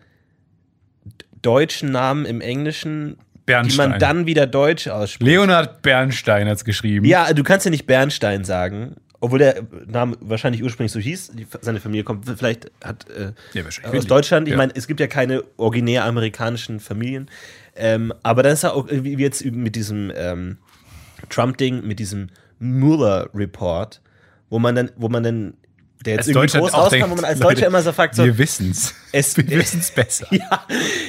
[SPEAKER 3] d- deutschen Namen im Englischen, die
[SPEAKER 2] Bernstein.
[SPEAKER 3] man dann wieder deutsch ausspricht.
[SPEAKER 2] Leonard Bernstein hat's geschrieben.
[SPEAKER 3] Ja, du kannst ja nicht Bernstein sagen, obwohl der Name wahrscheinlich ursprünglich so hieß. Die, seine Familie kommt, vielleicht hat äh,
[SPEAKER 2] Ja, wahrscheinlich.
[SPEAKER 3] aus Deutschland. Ich
[SPEAKER 2] Ja.
[SPEAKER 3] meine, es gibt ja keine originär amerikanischen Familien. Ähm, aber dann ist ja auch irgendwie wie jetzt mit diesem ähm, Trump-Ding, mit diesem Mueller-Report, wo man dann, wo man dann, der jetzt
[SPEAKER 2] Als
[SPEAKER 3] irgendwie
[SPEAKER 2] Deutschland
[SPEAKER 3] groß
[SPEAKER 2] auch
[SPEAKER 3] rauskam,
[SPEAKER 2] denkt,
[SPEAKER 3] wo man als
[SPEAKER 2] Leute,
[SPEAKER 3] Deutscher immer so fragt, so,
[SPEAKER 2] Wir wissen's.
[SPEAKER 3] Es-
[SPEAKER 2] wir wissen's besser.
[SPEAKER 3] ja,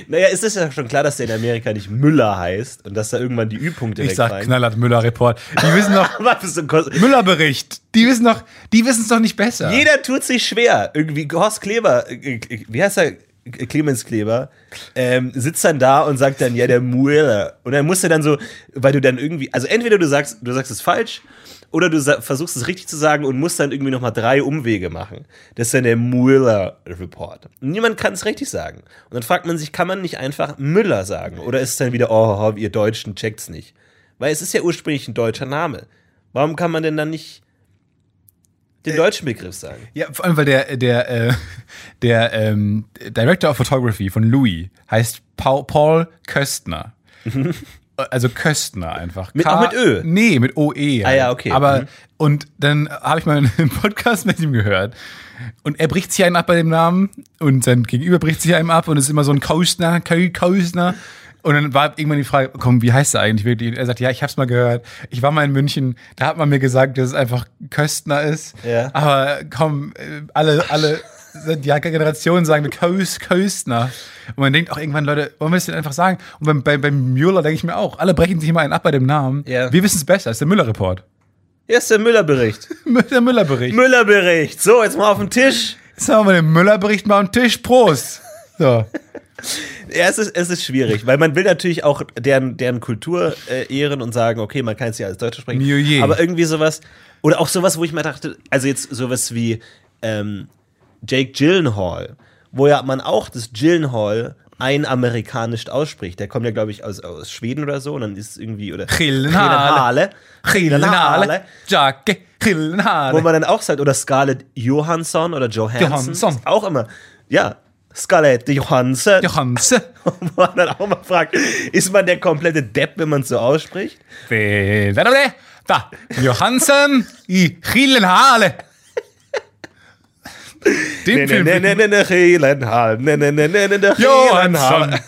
[SPEAKER 3] naja, es ist ja schon klar, dass der in Amerika nicht Müller heißt und dass da irgendwann die Ü-Punkte
[SPEAKER 2] ich sag
[SPEAKER 3] wegfallen.
[SPEAKER 2] knallhart Müller-Report. Die wissen doch,
[SPEAKER 3] Aber das ist so kost-
[SPEAKER 2] Müller-Bericht. Die wissen doch, die wissen's doch nicht besser.
[SPEAKER 3] Jeder tut sich schwer. Irgendwie Horst Kleber, äh, äh, wie heißt er? Äh, Clemens Kleber, ähm, sitzt dann da und sagt dann, ja, der Mueller. Und dann musst du dann so, weil du dann irgendwie, also entweder du sagst, du sagst es falsch, oder du sa- versuchst es richtig zu sagen und musst dann irgendwie nochmal drei Umwege machen. Das ist dann der Mueller-Report. Niemand kann es richtig sagen. Und dann fragt man sich, kann man nicht einfach Müller sagen? Oder ist es dann wieder, oh, ihr Deutschen checkt's nicht? Weil es ist ja ursprünglich ein deutscher Name. Warum kann man denn dann nicht den deutschen Begriff sagen?
[SPEAKER 2] Ja, vor allem, weil der, der, äh, der ähm, Director of Photography von Louis heißt Paul, Paul Köstner. also Köstner einfach.
[SPEAKER 3] Mit-
[SPEAKER 2] K-
[SPEAKER 3] auch mit Ö?
[SPEAKER 2] Nee, mit OE.
[SPEAKER 3] Ah ja, okay.
[SPEAKER 2] Aber,
[SPEAKER 3] Mhm.
[SPEAKER 2] und dann habe ich mal einen Podcast mit ihm gehört. Und er bricht sich einen ab bei dem Namen und sein Gegenüber bricht sich einem ab und es ist immer so ein Köstner, Kö- Köstner. Und dann war irgendwann die Frage, komm, wie heißt er eigentlich wirklich? Und er sagt, ja, ich hab's mal gehört. Ich war mal in München, da hat man mir gesagt, dass es einfach Köstner ist.
[SPEAKER 3] Ja.
[SPEAKER 2] Aber komm, äh, alle, alle seit Jahr Generationen sagen Coast, Coastner. Und man denkt auch irgendwann, Leute, wollen wir es denn einfach sagen? Und beim, beim, beim Mueller denke ich mir auch, alle brechen sich immer einen ab bei dem Namen.
[SPEAKER 3] Ja.
[SPEAKER 2] Wir wissen es besser, ist der Müller-Report.
[SPEAKER 3] Hier ist der Müller-Bericht.
[SPEAKER 2] Der Müller-Bericht.
[SPEAKER 3] Müller-Bericht. So, jetzt mal auf den Tisch.
[SPEAKER 2] Jetzt haben wir den Müller-Bericht mal am Tisch. Prost! So.
[SPEAKER 3] Ja, es ist, es ist schwierig, weil man will natürlich auch deren, deren Kultur äh, ehren und sagen, okay, man kann es ja als Deutscher sprechen.
[SPEAKER 2] Mieux je.
[SPEAKER 3] Aber irgendwie sowas, oder auch sowas, wo ich mal dachte, also jetzt sowas wie ähm, Jake Gyllenhaal, wo ja man auch das Gyllenhaal ein amerikanisch ausspricht. Der kommt ja, glaube ich, aus, aus Schweden oder so und dann ist es irgendwie, oder
[SPEAKER 2] Hillenhale.
[SPEAKER 3] Hillenhale.
[SPEAKER 2] Jacke, Hillenhale.
[SPEAKER 3] Wo man dann auch sagt, oder Scarlett Johansson oder Johansson.
[SPEAKER 2] Johansson.
[SPEAKER 3] Ist Auch immer. Ja, Scarlett Johansson.
[SPEAKER 2] Johanse.
[SPEAKER 3] Wo man dann auch mal fragt, ist man der komplette Depp, wenn man es so ausspricht?
[SPEAKER 2] Vedere, da. Johansen, i Hillenhale. Den
[SPEAKER 3] Nee, nee,
[SPEAKER 2] Film.
[SPEAKER 3] nee, nee, nee, nee, Hillenhal. Nee, nee, nee, nee, nee, nee,
[SPEAKER 2] Johansson.
[SPEAKER 3] Hillenhal.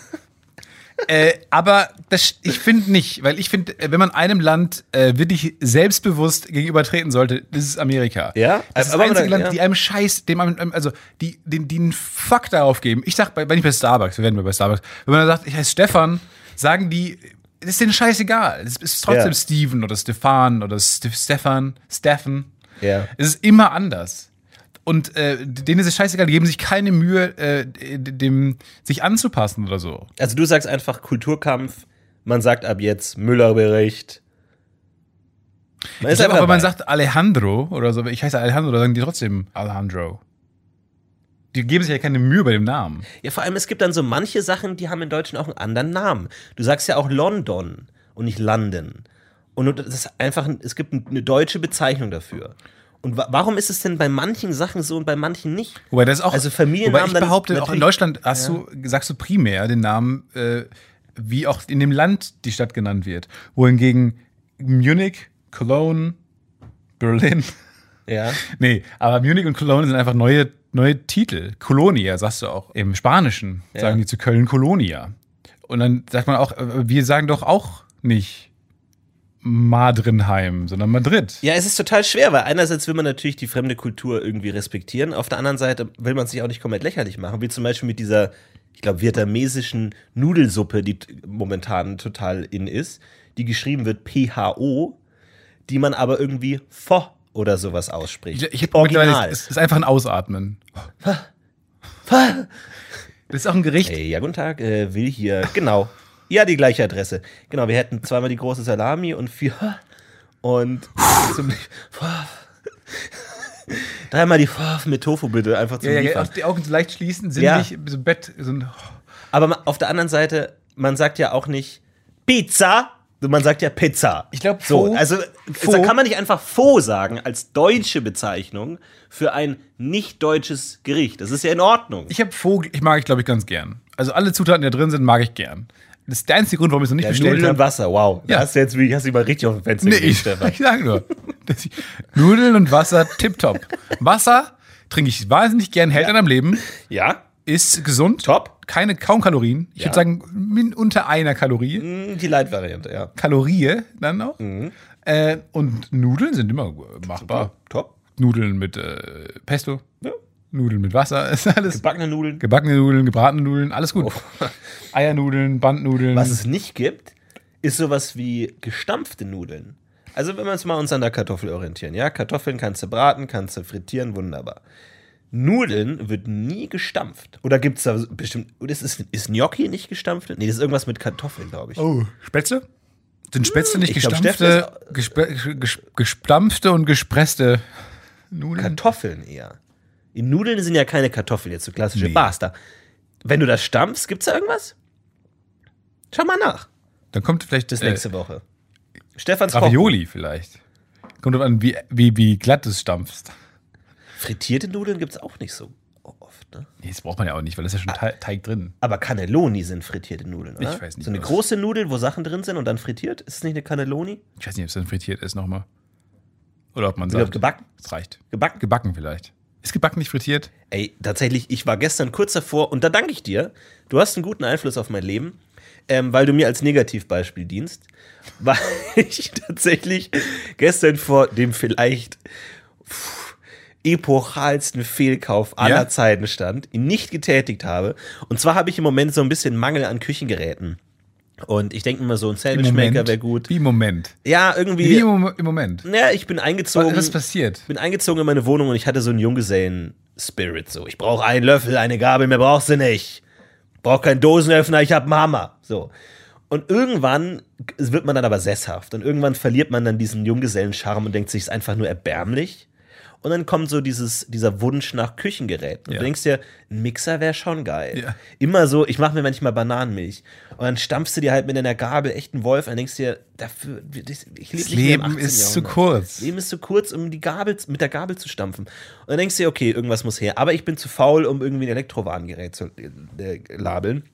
[SPEAKER 2] äh, aber das, ich finde nicht, weil ich finde, wenn man einem Land äh, wirklich selbstbewusst gegenübertreten sollte, ist es Amerika.
[SPEAKER 3] Ja,
[SPEAKER 2] Das ist das
[SPEAKER 3] aber-
[SPEAKER 2] einzige
[SPEAKER 3] aber-
[SPEAKER 2] Land,
[SPEAKER 3] ja.
[SPEAKER 2] die einem Scheiß, dem einem, also die, den, die einen Fuck darauf geben. Ich sag, bei- wenn ich bei Starbucks, wir werden mal bei Starbucks, wenn man sagt, ich heiße Stefan, sagen die, das ist denen scheißegal. Es ist trotzdem
[SPEAKER 3] Ja.
[SPEAKER 2] Steven oder Stefan oder Ste- Stefan, Steffen.
[SPEAKER 3] Ja.
[SPEAKER 2] Es ist immer anders. Und äh, denen ist es scheißegal, die geben sich keine Mühe, äh, d- dem sich anzupassen oder so.
[SPEAKER 3] Also du sagst einfach Kulturkampf, man sagt ab jetzt Müller-Bericht. Man
[SPEAKER 2] Ich glaube, auch, wenn man
[SPEAKER 3] dabei.
[SPEAKER 2] sagt Alejandro oder so, ich heiße Alejandro, dann sagen die trotzdem Alejandro. Die geben sich ja keine Mühe bei dem Namen.
[SPEAKER 3] Ja, vor allem, es gibt dann so manche Sachen, die haben im Deutschen auch einen anderen Namen. Du sagst ja auch London und nicht London. Und das ist einfach, ein- es gibt eine deutsche Bezeichnung dafür. Und wa warum ist es denn bei manchen Sachen so und bei manchen nicht?
[SPEAKER 2] Wobei das auch.
[SPEAKER 3] Also Familiennamen
[SPEAKER 2] Wobei ich
[SPEAKER 3] dann
[SPEAKER 2] behaupte, auch in
[SPEAKER 3] natürlich-
[SPEAKER 2] Deutschland hast du, sagst du primär den Namen, äh, wie auch in dem Land die Stadt genannt wird. Wohingegen Munich, Cologne, Berlin.
[SPEAKER 3] Ja.
[SPEAKER 2] Nee, aber Munich und Cologne sind einfach neue, neue Titel. Colonia, sagst du auch. Im Spanischen sagen die zu Köln Colonia. Und dann sagt man auch, äh, wir sagen doch auch nicht Madrinheim, sondern Madrid.
[SPEAKER 3] Ja, es ist total schwer, weil einerseits will man natürlich die fremde Kultur irgendwie respektieren, auf der anderen Seite will man sich auch nicht komplett lächerlich machen, wie zum Beispiel mit dieser, ich glaube, vietnamesischen Nudelsuppe, die t- momentan total in ist, die geschrieben wird PHO, die man aber irgendwie Pho oder sowas ausspricht.
[SPEAKER 2] mittlerweile- Es ist einfach ein Ausatmen. Das ist auch ein Gericht.
[SPEAKER 3] Hey, ja, guten Tag, äh, will hier, genau. Ja, die gleiche Adresse. Genau, wir hätten zweimal die große Salami und vier und zum, dreimal die mit Tofu bitte, einfach zum
[SPEAKER 2] Ja, ja,
[SPEAKER 3] Liefern.
[SPEAKER 2] auch die Augen so leicht schließen,
[SPEAKER 3] Ja.
[SPEAKER 2] sinnlich, so ein Bett, so ein
[SPEAKER 3] Aber ma- auf der anderen Seite, man sagt ja auch nicht Pizza, man sagt ja Pizza.
[SPEAKER 2] Ich glaub,
[SPEAKER 3] so.
[SPEAKER 2] Pho-
[SPEAKER 3] Also
[SPEAKER 2] Pho-
[SPEAKER 3] da kann man nicht einfach Faux sagen als deutsche Bezeichnung für ein nicht deutsches Gericht. Das ist ja in Ordnung.
[SPEAKER 2] Ich habe Vogel, ich mag ich glaube ich ganz gern. Also alle Zutaten, die da drin sind, mag ich gern. Das ist der einzige Grund, warum ich es noch nicht
[SPEAKER 3] ja,
[SPEAKER 2] bestellt
[SPEAKER 3] Nudeln
[SPEAKER 2] habe.
[SPEAKER 3] und Wasser, wow.
[SPEAKER 2] Ja.
[SPEAKER 3] Da hast du jetzt wirklich- hast du mal richtig auf dem Fenster
[SPEAKER 2] Nee,
[SPEAKER 3] gelegt,
[SPEAKER 2] ich,
[SPEAKER 3] Stefan.
[SPEAKER 2] ich sag nur. Dass ich, Nudeln und Wasser, tipptopp. Wasser trinke ich wahnsinnig gern, hält an am Leben,
[SPEAKER 3] Ja,
[SPEAKER 2] ist gesund.
[SPEAKER 3] Top.
[SPEAKER 2] Keine, kaum Kalorien. Ich
[SPEAKER 3] Ja. Mhm.
[SPEAKER 2] würde sagen, min unter einer Kalorie.
[SPEAKER 3] die Light-Variante, ja.
[SPEAKER 2] Kalorie dann auch.
[SPEAKER 3] Mhm.
[SPEAKER 2] Äh, und Nudeln sind immer machbar.
[SPEAKER 3] Top.
[SPEAKER 2] Nudeln mit äh, Pesto. Nudeln mit Wasser, ist alles.
[SPEAKER 3] Gebackene Nudeln.
[SPEAKER 2] Gebackene Nudeln, gebratene Nudeln, alles gut. Eiernudeln, Bandnudeln.
[SPEAKER 3] Oh. Was es nicht gibt, ist sowas wie gestampfte Nudeln. Also wenn wir uns mal uns an der Kartoffel orientieren, ja, Kartoffeln kannst du braten, kannst du frittieren, wunderbar. Nudeln wird nie gestampft. Oder gibt's da bestimmt, oder ist, ist, ist Gnocchi nicht gestampft? Nee, das ist irgendwas mit Kartoffeln, glaube ich.
[SPEAKER 2] Oh, Spätzle? Sind Spätzle nicht
[SPEAKER 3] ich glaub,
[SPEAKER 2] gestampfte, gespe- ges- gestampfte und gespresste Nudeln?
[SPEAKER 3] Kartoffeln eher. Die Nudeln sind ja keine Kartoffeln, jetzt so klassische Pasta. Wenn du das stampfst, gibt's da irgendwas? Schau mal nach,
[SPEAKER 2] Dann kommt vielleicht
[SPEAKER 3] bis
[SPEAKER 2] das
[SPEAKER 3] nächste
[SPEAKER 2] nächste
[SPEAKER 3] Woche. Stefans Koch.
[SPEAKER 2] Äh. Ravioli vielleicht. Kommt drauf an, wie, wie, wie glatt du es stampfst.
[SPEAKER 3] Frittierte Nudeln gibt's auch nicht so oft, ne?
[SPEAKER 2] Nee, das braucht man ja auch nicht, weil da ist ja schon
[SPEAKER 3] Ah.
[SPEAKER 2] Te- Teig drin.
[SPEAKER 3] Aber Cannelloni sind frittierte Nudeln, oder?
[SPEAKER 2] Ich weiß nicht,
[SPEAKER 3] So eine
[SPEAKER 2] was-
[SPEAKER 3] große Nudel, wo Sachen drin sind und dann frittiert? Ist es nicht eine Cannelloni?
[SPEAKER 2] Ich weiß nicht, ob es dann frittiert ist nochmal. Oder ob man
[SPEAKER 3] Ich glaube,
[SPEAKER 2] sagt,
[SPEAKER 3] gebacken.
[SPEAKER 2] es reicht.
[SPEAKER 3] Gebacken.
[SPEAKER 2] Gebacken vielleicht. Ist gebacken nicht frittiert?
[SPEAKER 3] Ey, tatsächlich, ich war gestern kurz davor und da danke ich dir. Du hast einen guten Einfluss auf mein Leben, ähm, weil du mir als Negativbeispiel dienst. Weil ich tatsächlich gestern vor dem vielleicht pff, epochalsten Fehlkauf aller
[SPEAKER 2] Ja?
[SPEAKER 3] Zeiten stand, ihn nicht getätigt habe. Und zwar habe ich im Moment so ein bisschen Mangel an Küchengeräten. Und ich denke mir so, ein Sandwichmaker wäre gut.
[SPEAKER 2] Wie im Moment.
[SPEAKER 3] Ja, irgendwie.
[SPEAKER 2] Wie im, Mo- im Moment.
[SPEAKER 3] Ja, ich bin eingezogen.
[SPEAKER 2] Was ist passiert?
[SPEAKER 3] bin eingezogen in meine Wohnung und ich hatte so einen Junggesellen-Spirit. So, ich brauche einen Löffel, eine Gabel, mehr brauchst du nicht. Brauch keinen Dosenöffner, ich hab einen Hammer. So. Und irgendwann wird man dann aber sesshaft und irgendwann verliert man dann diesen Junggesellen-Charme und denkt sich, es ist einfach nur erbärmlich. Und dann kommt so dieses, dieser Wunsch nach Küchengerät. Und
[SPEAKER 2] Ja.
[SPEAKER 3] du denkst dir, ein Mixer wäre schon geil.
[SPEAKER 2] Ja.
[SPEAKER 3] Immer so, ich mache mir manchmal Bananenmilch. Und dann stampfst du dir halt mit einer Gabel echt einen Wolf und denkst dir, dafür, ich lebe
[SPEAKER 2] Das Leben ist zu kurz.
[SPEAKER 3] das Leben ist zu kurz, um die Gabel, mit der Gabel zu stampfen. Und dann denkst du dir, okay, irgendwas muss her. Aber ich bin zu faul, um irgendwie ein Elektrowarengerät zu äh, labeln.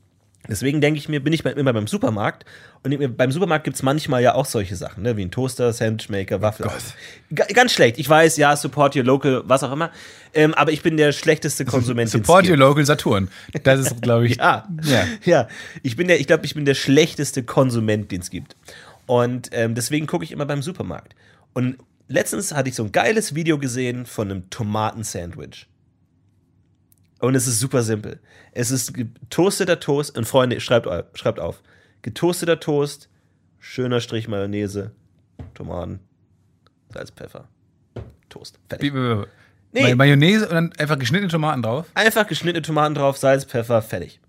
[SPEAKER 3] Deswegen denke ich mir, bin ich bei, immer beim Supermarkt. Und denk mir, beim Supermarkt gibt es manchmal ja auch solche Sachen, ne? wie ein Toaster, Sandwichmaker, Waffel. Ga- Ganz schlecht. Ich weiß, ja, support your local, was auch immer. Ähm, aber ich bin der schlechteste Konsument. den's
[SPEAKER 2] Support your
[SPEAKER 3] gibt.
[SPEAKER 2] local Saturn. Das ist, glaube ich.
[SPEAKER 3] Ja.
[SPEAKER 2] ja.
[SPEAKER 3] Ja, ich bin der, ich glaube, ich bin der schlechteste Konsument, den es gibt. Und ähm, deswegen gucke ich immer beim Supermarkt. Und letztens hatte ich so ein geiles Video gesehen von einem Tomatensandwich. Und es ist super simpel. Es ist getoasteter Toast, und Freunde, schreibt, au- schreibt auf. Getoasteter Toast, schöner Strich Mayonnaise, Tomaten, Salz, Pfeffer, Toast.
[SPEAKER 2] Wie-
[SPEAKER 3] Fertig.
[SPEAKER 2] wie-
[SPEAKER 3] Nee.
[SPEAKER 2] May- Mayonnaise und dann einfach geschnittene Tomaten drauf.
[SPEAKER 3] Einfach geschnittene Tomaten drauf, Salz, Pfeffer, fertig.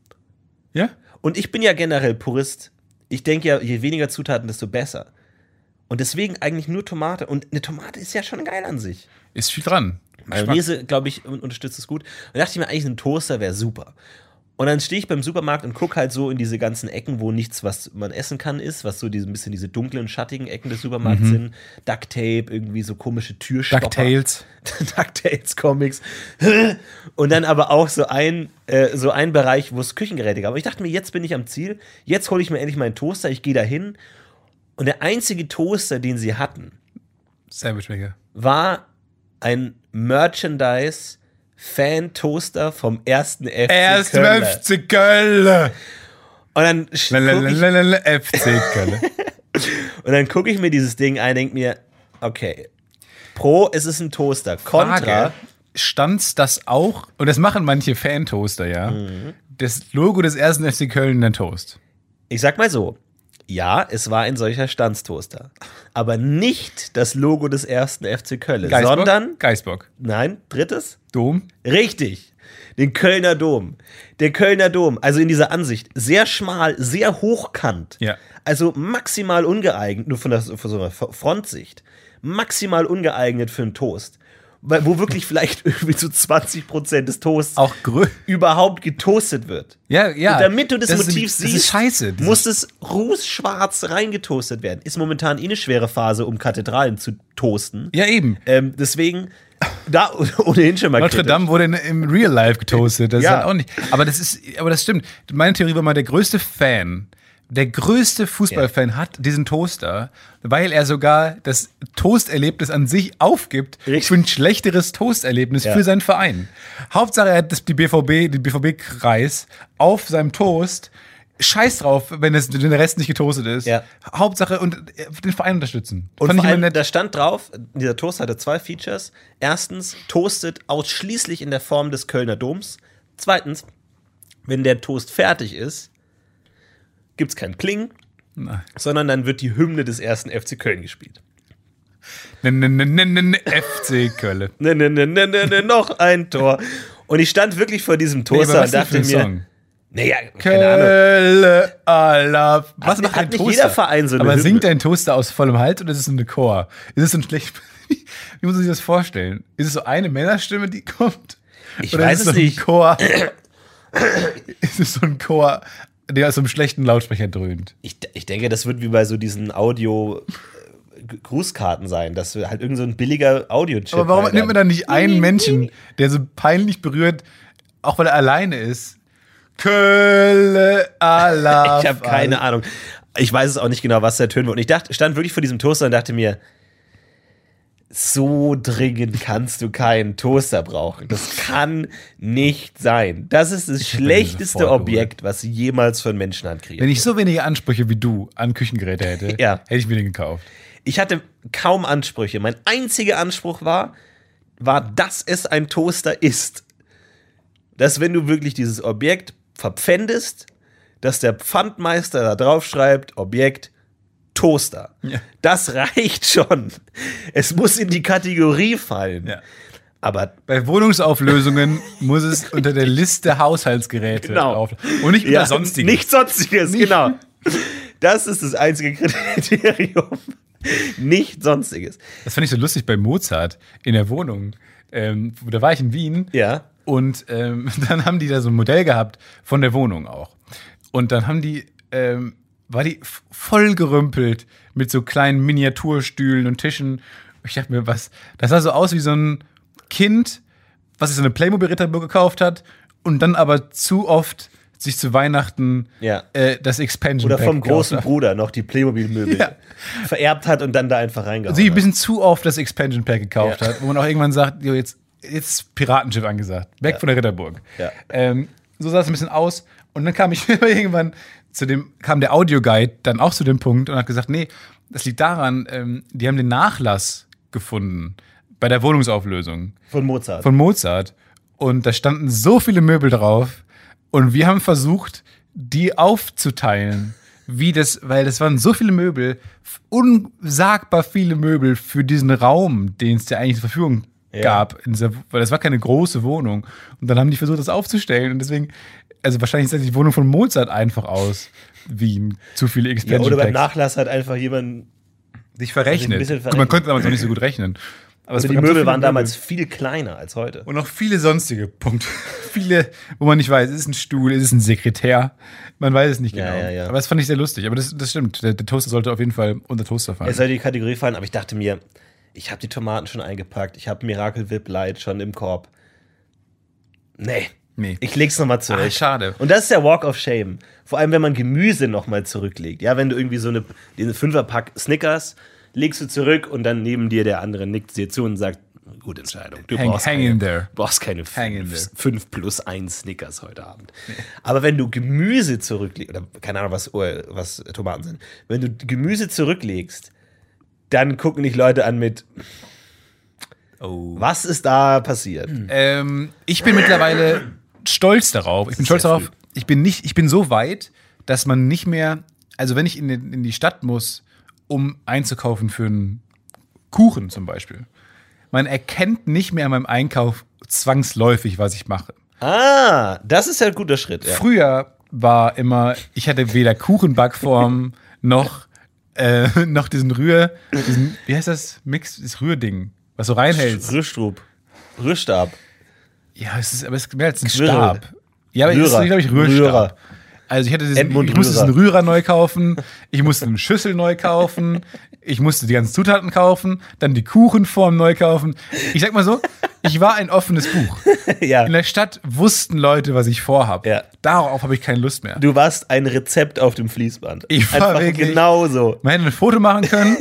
[SPEAKER 2] Ja?
[SPEAKER 3] Und ich bin ja generell Purist. Ich denke ja, je weniger Zutaten, desto besser. Und deswegen eigentlich nur Tomate. Und eine Tomate ist ja schon geil an sich.
[SPEAKER 2] Ist viel dran.
[SPEAKER 3] Mayonnaise, glaube ich, un- unterstützt es gut. Und da dachte ich mir, eigentlich ein Toaster wäre super. Und dann stehe ich beim Supermarkt und gucke halt so in diese ganzen Ecken, wo nichts, was man essen kann, ist, was so diese, ein bisschen diese dunklen, schattigen Ecken des Supermarkts sind. Duct Tape, irgendwie so komische Türstopper.
[SPEAKER 2] DuckTales.
[SPEAKER 3] DuckTales Comics. Und dann aber auch so ein, äh, so ein Bereich, wo es Küchengeräte gab. Aber ich dachte mir, jetzt bin ich am Ziel. Jetzt hole ich mir endlich meinen Toaster. Ich gehe da hin. Und der einzige Toaster, den sie hatten,
[SPEAKER 2] Sandwichmaker.
[SPEAKER 3] war ein Merchandise Fan-Toaster vom ersten FC
[SPEAKER 2] Erst
[SPEAKER 3] Köln.
[SPEAKER 2] FC Köln.
[SPEAKER 3] Und dann gucke ich
[SPEAKER 2] Lalalala, FC Köln.
[SPEAKER 3] Und dann gucke ich mir dieses Ding ein, denke mir, okay, pro, es ist ein Toaster,
[SPEAKER 2] Frage,
[SPEAKER 3] contra,
[SPEAKER 2] stand das auch, und das machen manche Fan-Toaster, ja,
[SPEAKER 3] Mhm.
[SPEAKER 2] das Logo des ersten FC Köln in der Toast.
[SPEAKER 3] ich sag mal so, ja, es war ein solcher Stanztoaster, aber nicht das Logo des ersten FC Köln,
[SPEAKER 2] Geisbock?
[SPEAKER 3] sondern,
[SPEAKER 2] Geisbock.
[SPEAKER 3] nein, drittes,
[SPEAKER 2] Dom.
[SPEAKER 3] Richtig. Den Kölner Dom. Der Kölner Dom, also in dieser Ansicht, sehr schmal, sehr hochkant.
[SPEAKER 2] Ja.
[SPEAKER 3] Also maximal ungeeignet, nur von, der, von so einer F- Frontsicht. Maximal ungeeignet für einen Toast. Weil, wo wirklich vielleicht irgendwie zu 20% des Toasts
[SPEAKER 2] Auch grün.
[SPEAKER 3] überhaupt getoastet wird.
[SPEAKER 2] Ja, ja.
[SPEAKER 3] Und damit du das,
[SPEAKER 2] ist-
[SPEAKER 3] Motiv
[SPEAKER 2] Ah, das
[SPEAKER 3] siehst,
[SPEAKER 2] ist scheiße. Dieses-
[SPEAKER 3] muss es rußschwarz reingetoastet werden. Ist momentan eh eine schwere Phase, um Kathedralen zu toasten.
[SPEAKER 2] ja, eben.
[SPEAKER 3] Ähm, deswegen, da ohnehin schon mal
[SPEAKER 2] Notre
[SPEAKER 3] kritisch.
[SPEAKER 2] Dame wurde in, im Real Life getoastet. Das ist
[SPEAKER 3] Ja.
[SPEAKER 2] halt auch nicht. Aber das ist, aber das stimmt. Meine Theorie war mal, der größte Fan, der größte Fußballfan hat diesen Toaster, weil er sogar das Toasterlebnis an sich aufgibt
[SPEAKER 3] Richtig.
[SPEAKER 2] für ein schlechteres Toasterlebnis für seinen Verein. Hauptsache, er hat das, die BVB, den BVB-Kreis auf seinem Toast. Scheiß drauf, wenn, das, wenn der Rest nicht getoastet ist.
[SPEAKER 3] Ja.
[SPEAKER 2] Hauptsache und äh, den Verein unterstützen.
[SPEAKER 3] Und vor
[SPEAKER 2] immer
[SPEAKER 3] allem,
[SPEAKER 2] nett.
[SPEAKER 3] da stand drauf, dieser Toast hatte zwei Features. Erstens, toastet ausschließlich in der Form des Kölner Doms. Zweitens, wenn der Toast fertig ist, gibt es kein Kling, sondern dann wird die Hymne des ersten FC Köln gespielt.
[SPEAKER 2] N- n- n- n- n- FC Köln.
[SPEAKER 3] Ne, ne, ne, ne, ne, ne, noch ein Tor. Und ich stand wirklich vor diesem Toaster und dachte mir, naja, keine Ahnung.
[SPEAKER 2] Köln, I love. Was
[SPEAKER 3] Hat-
[SPEAKER 2] macht
[SPEAKER 3] hat
[SPEAKER 2] ein
[SPEAKER 3] nicht
[SPEAKER 2] Toaster?
[SPEAKER 3] jeder Verein so eine
[SPEAKER 2] Aber
[SPEAKER 3] Hymne?
[SPEAKER 2] singt ein Toaster aus vollem Hals oder ist es eine Chor? Ist es so ein schlecht. Wie muss man sich das vorstellen? Ist es so eine Männerstimme, die kommt?
[SPEAKER 3] Ich
[SPEAKER 2] oder ist
[SPEAKER 3] weiß
[SPEAKER 2] es
[SPEAKER 3] es
[SPEAKER 2] so ein
[SPEAKER 3] nicht.
[SPEAKER 2] Chor? ist es so ein Chor, der aus einem schlechten Lautsprecher dröhnt?
[SPEAKER 3] Ich, ich denke, das wird wie bei so diesen Audio-Grußkarten sein, dass wir halt irgend so ein billiger Audio-Chip
[SPEAKER 2] Aber warum
[SPEAKER 3] halt
[SPEAKER 2] nimmt man
[SPEAKER 3] haben.
[SPEAKER 2] dann nicht einen Menschen, der so peinlich berührt, auch weil er alleine ist? Köln, I love.
[SPEAKER 3] Ich habe keine Ahnung. Ich weiß es auch nicht genau, was der Tön wird. Und ich dachte, stand wirklich vor diesem Toaster und dachte mir, so dringend kannst du keinen Toaster brauchen. Das kann nicht sein. Das ist das schlechteste
[SPEAKER 2] sofort
[SPEAKER 3] Objekt, was jemals von Menschenhand kriegt.
[SPEAKER 2] Wenn ich so wenige Ansprüche wie du an Küchengeräte hätte,
[SPEAKER 3] Ja.
[SPEAKER 2] hätte ich mir den gekauft.
[SPEAKER 3] Ich hatte kaum Ansprüche. Mein einziger Anspruch war, war, dass es ein Toaster ist. Dass wenn du wirklich dieses Objekt verpfändest, dass der Pfandmeister da drauf schreibt, Objekt Toaster.
[SPEAKER 2] Ja.
[SPEAKER 3] Das reicht schon. Es muss in die Kategorie fallen.
[SPEAKER 2] Ja.
[SPEAKER 3] Aber
[SPEAKER 2] Bei Wohnungsauflösungen muss es unter der Liste Haushaltsgeräte
[SPEAKER 3] Genau.
[SPEAKER 2] auf. Und nicht unter sonstigen.
[SPEAKER 3] Nicht sonstiges, genau. Das ist das einzige Kriterium. Nicht sonstiges.
[SPEAKER 2] Das fand ich so lustig bei Mozart in der Wohnung. Ähm, da war ich in Wien
[SPEAKER 3] Ja.
[SPEAKER 2] und ähm, dann haben die da so ein Modell gehabt von der Wohnung auch. Und dann haben die, ähm, war die f- voll gerümpelt mit so kleinen Miniaturstühlen und Tischen. Ich dachte mir, was, das sah so aus wie so ein Kind, was sich so eine Playmobil-Ritterburg gekauft hat und dann aber zu oft sich zu Weihnachten
[SPEAKER 3] Ja.
[SPEAKER 2] äh, das Expansion
[SPEAKER 3] Oder
[SPEAKER 2] Pack
[SPEAKER 3] vom
[SPEAKER 2] gekauft
[SPEAKER 3] großen
[SPEAKER 2] hat.
[SPEAKER 3] Bruder noch die Playmobil-Möbel
[SPEAKER 2] Ja.
[SPEAKER 3] vererbt hat und dann da einfach reingehauen
[SPEAKER 2] sich ein
[SPEAKER 3] hat.
[SPEAKER 2] bisschen zu oft das Expansion Pack gekauft
[SPEAKER 3] Ja.
[SPEAKER 2] hat, wo man auch irgendwann sagt, jo, jetzt, jetzt ist Piratenschiff angesagt, weg von der Ritterburg.
[SPEAKER 3] Ja.
[SPEAKER 2] Ähm, so sah es ein bisschen aus. Und dann kam ich irgendwann zu dem, kam der Audioguide dann auch zu dem Punkt und hat gesagt, nee, das liegt daran, ähm, die haben den Nachlass gefunden bei der Wohnungsauflösung
[SPEAKER 3] Von Mozart.
[SPEAKER 2] von Mozart. Und da standen so viele Möbel drauf. Und wir haben versucht, die aufzuteilen. Wie das, weil das waren so viele Möbel, f- unsagbar viele Möbel für diesen Raum, den es ja eigentlich zur Verfügung gab. In dieser, weil das war keine große Wohnung. Und dann haben die versucht, das aufzustellen. Und deswegen, also wahrscheinlich sah die Wohnung von Mozart einfach aus. Wien, zu viele
[SPEAKER 3] ja,
[SPEAKER 2] Expansion
[SPEAKER 3] oder beim
[SPEAKER 2] Packs.
[SPEAKER 3] Nachlass hat einfach jemand.
[SPEAKER 2] Sich
[SPEAKER 3] Sich Also ein
[SPEAKER 2] verrechnet.
[SPEAKER 3] bisschen
[SPEAKER 2] Gut, man konnte damals auch nicht so gut rechnen. Aber es
[SPEAKER 3] Also die
[SPEAKER 2] waren so
[SPEAKER 3] Möbel
[SPEAKER 2] viele
[SPEAKER 3] waren damals viel kleiner als heute.
[SPEAKER 2] und noch viele sonstige Punkte. viele, wo man nicht weiß, ist es ein Stuhl, ist es ein Sekretär? Man weiß es nicht
[SPEAKER 3] Ja,
[SPEAKER 2] genau.
[SPEAKER 3] ja, ja.
[SPEAKER 2] Aber das fand ich sehr lustig. Aber das, das stimmt. Der, der Toaster sollte auf jeden Fall unter Toaster fallen.
[SPEAKER 3] Es soll die Kategorie fallen, aber ich dachte mir, ich habe die Tomaten schon eingepackt, ich habe Miracle Whip Light schon im Korb. Nee.
[SPEAKER 2] Nee.
[SPEAKER 3] Ich leg's nochmal zurück.
[SPEAKER 2] Ach, schade.
[SPEAKER 3] Und das ist der Walk of Shame. Vor allem, wenn man Gemüse nochmal zurücklegt. Ja, wenn du irgendwie so eine, den Fünferpack Snickers legst du zurück und dann neben dir der andere nickt dir zu und sagt, gute Entscheidung. Du
[SPEAKER 2] Hang- hang
[SPEAKER 3] keine,
[SPEAKER 2] in there.
[SPEAKER 3] brauchst keine
[SPEAKER 2] Hang in
[SPEAKER 3] 5, plus 1 Snickers heute Abend. Aber wenn du Gemüse zurücklegst, oder keine Ahnung, was, äh, was Tomaten sind, wenn du Gemüse zurücklegst, dann gucken dich Leute an mit,
[SPEAKER 2] Oh.
[SPEAKER 3] was ist da passiert?
[SPEAKER 2] Ähm, ich bin mittlerweile stolz darauf. Ich bin stolz
[SPEAKER 3] sehr
[SPEAKER 2] darauf.
[SPEAKER 3] früh.
[SPEAKER 2] Ich bin nicht, ich bin so weit, dass man nicht mehr, also wenn ich in, den, in die Stadt muss, um einzukaufen für einen Kuchen zum Beispiel, man erkennt nicht mehr an meinem Einkauf zwangsläufig, was ich mache.
[SPEAKER 3] Ah, das ist ja ein guter Schritt. Ja.
[SPEAKER 2] Früher war immer, ich hatte weder Kuchenbackform noch, äh, noch diesen Rühr, diesen, wie heißt das? Mix, das Rührding, was du reinhältst.
[SPEAKER 3] Rührstrub. Rührstab.
[SPEAKER 2] Ja, es ist, aber es ist mehr als ein
[SPEAKER 3] Quirl.
[SPEAKER 2] Stab. Ja, aber es ist,
[SPEAKER 3] Rührer.
[SPEAKER 2] glaube ich, Rührstab.
[SPEAKER 3] Rührer.
[SPEAKER 2] Also ich hatte diesen,
[SPEAKER 3] Edmund
[SPEAKER 2] ich musste
[SPEAKER 3] Rührer.
[SPEAKER 2] diesen Rührer neu kaufen, ich musste eine Schüssel neu kaufen, ich musste die ganzen Zutaten kaufen, dann die Kuchenform neu kaufen. Ich sag mal so, ich war ein offenes Buch.
[SPEAKER 3] ja.
[SPEAKER 2] In der Stadt wussten Leute, was ich vorhabe.
[SPEAKER 3] Ja.
[SPEAKER 2] Darauf habe ich keine Lust mehr.
[SPEAKER 3] Du warst ein Rezept auf dem Fließband.
[SPEAKER 2] Ich war
[SPEAKER 3] Einfach
[SPEAKER 2] wirklich-
[SPEAKER 3] genau so.
[SPEAKER 2] Man hätte ein Foto machen können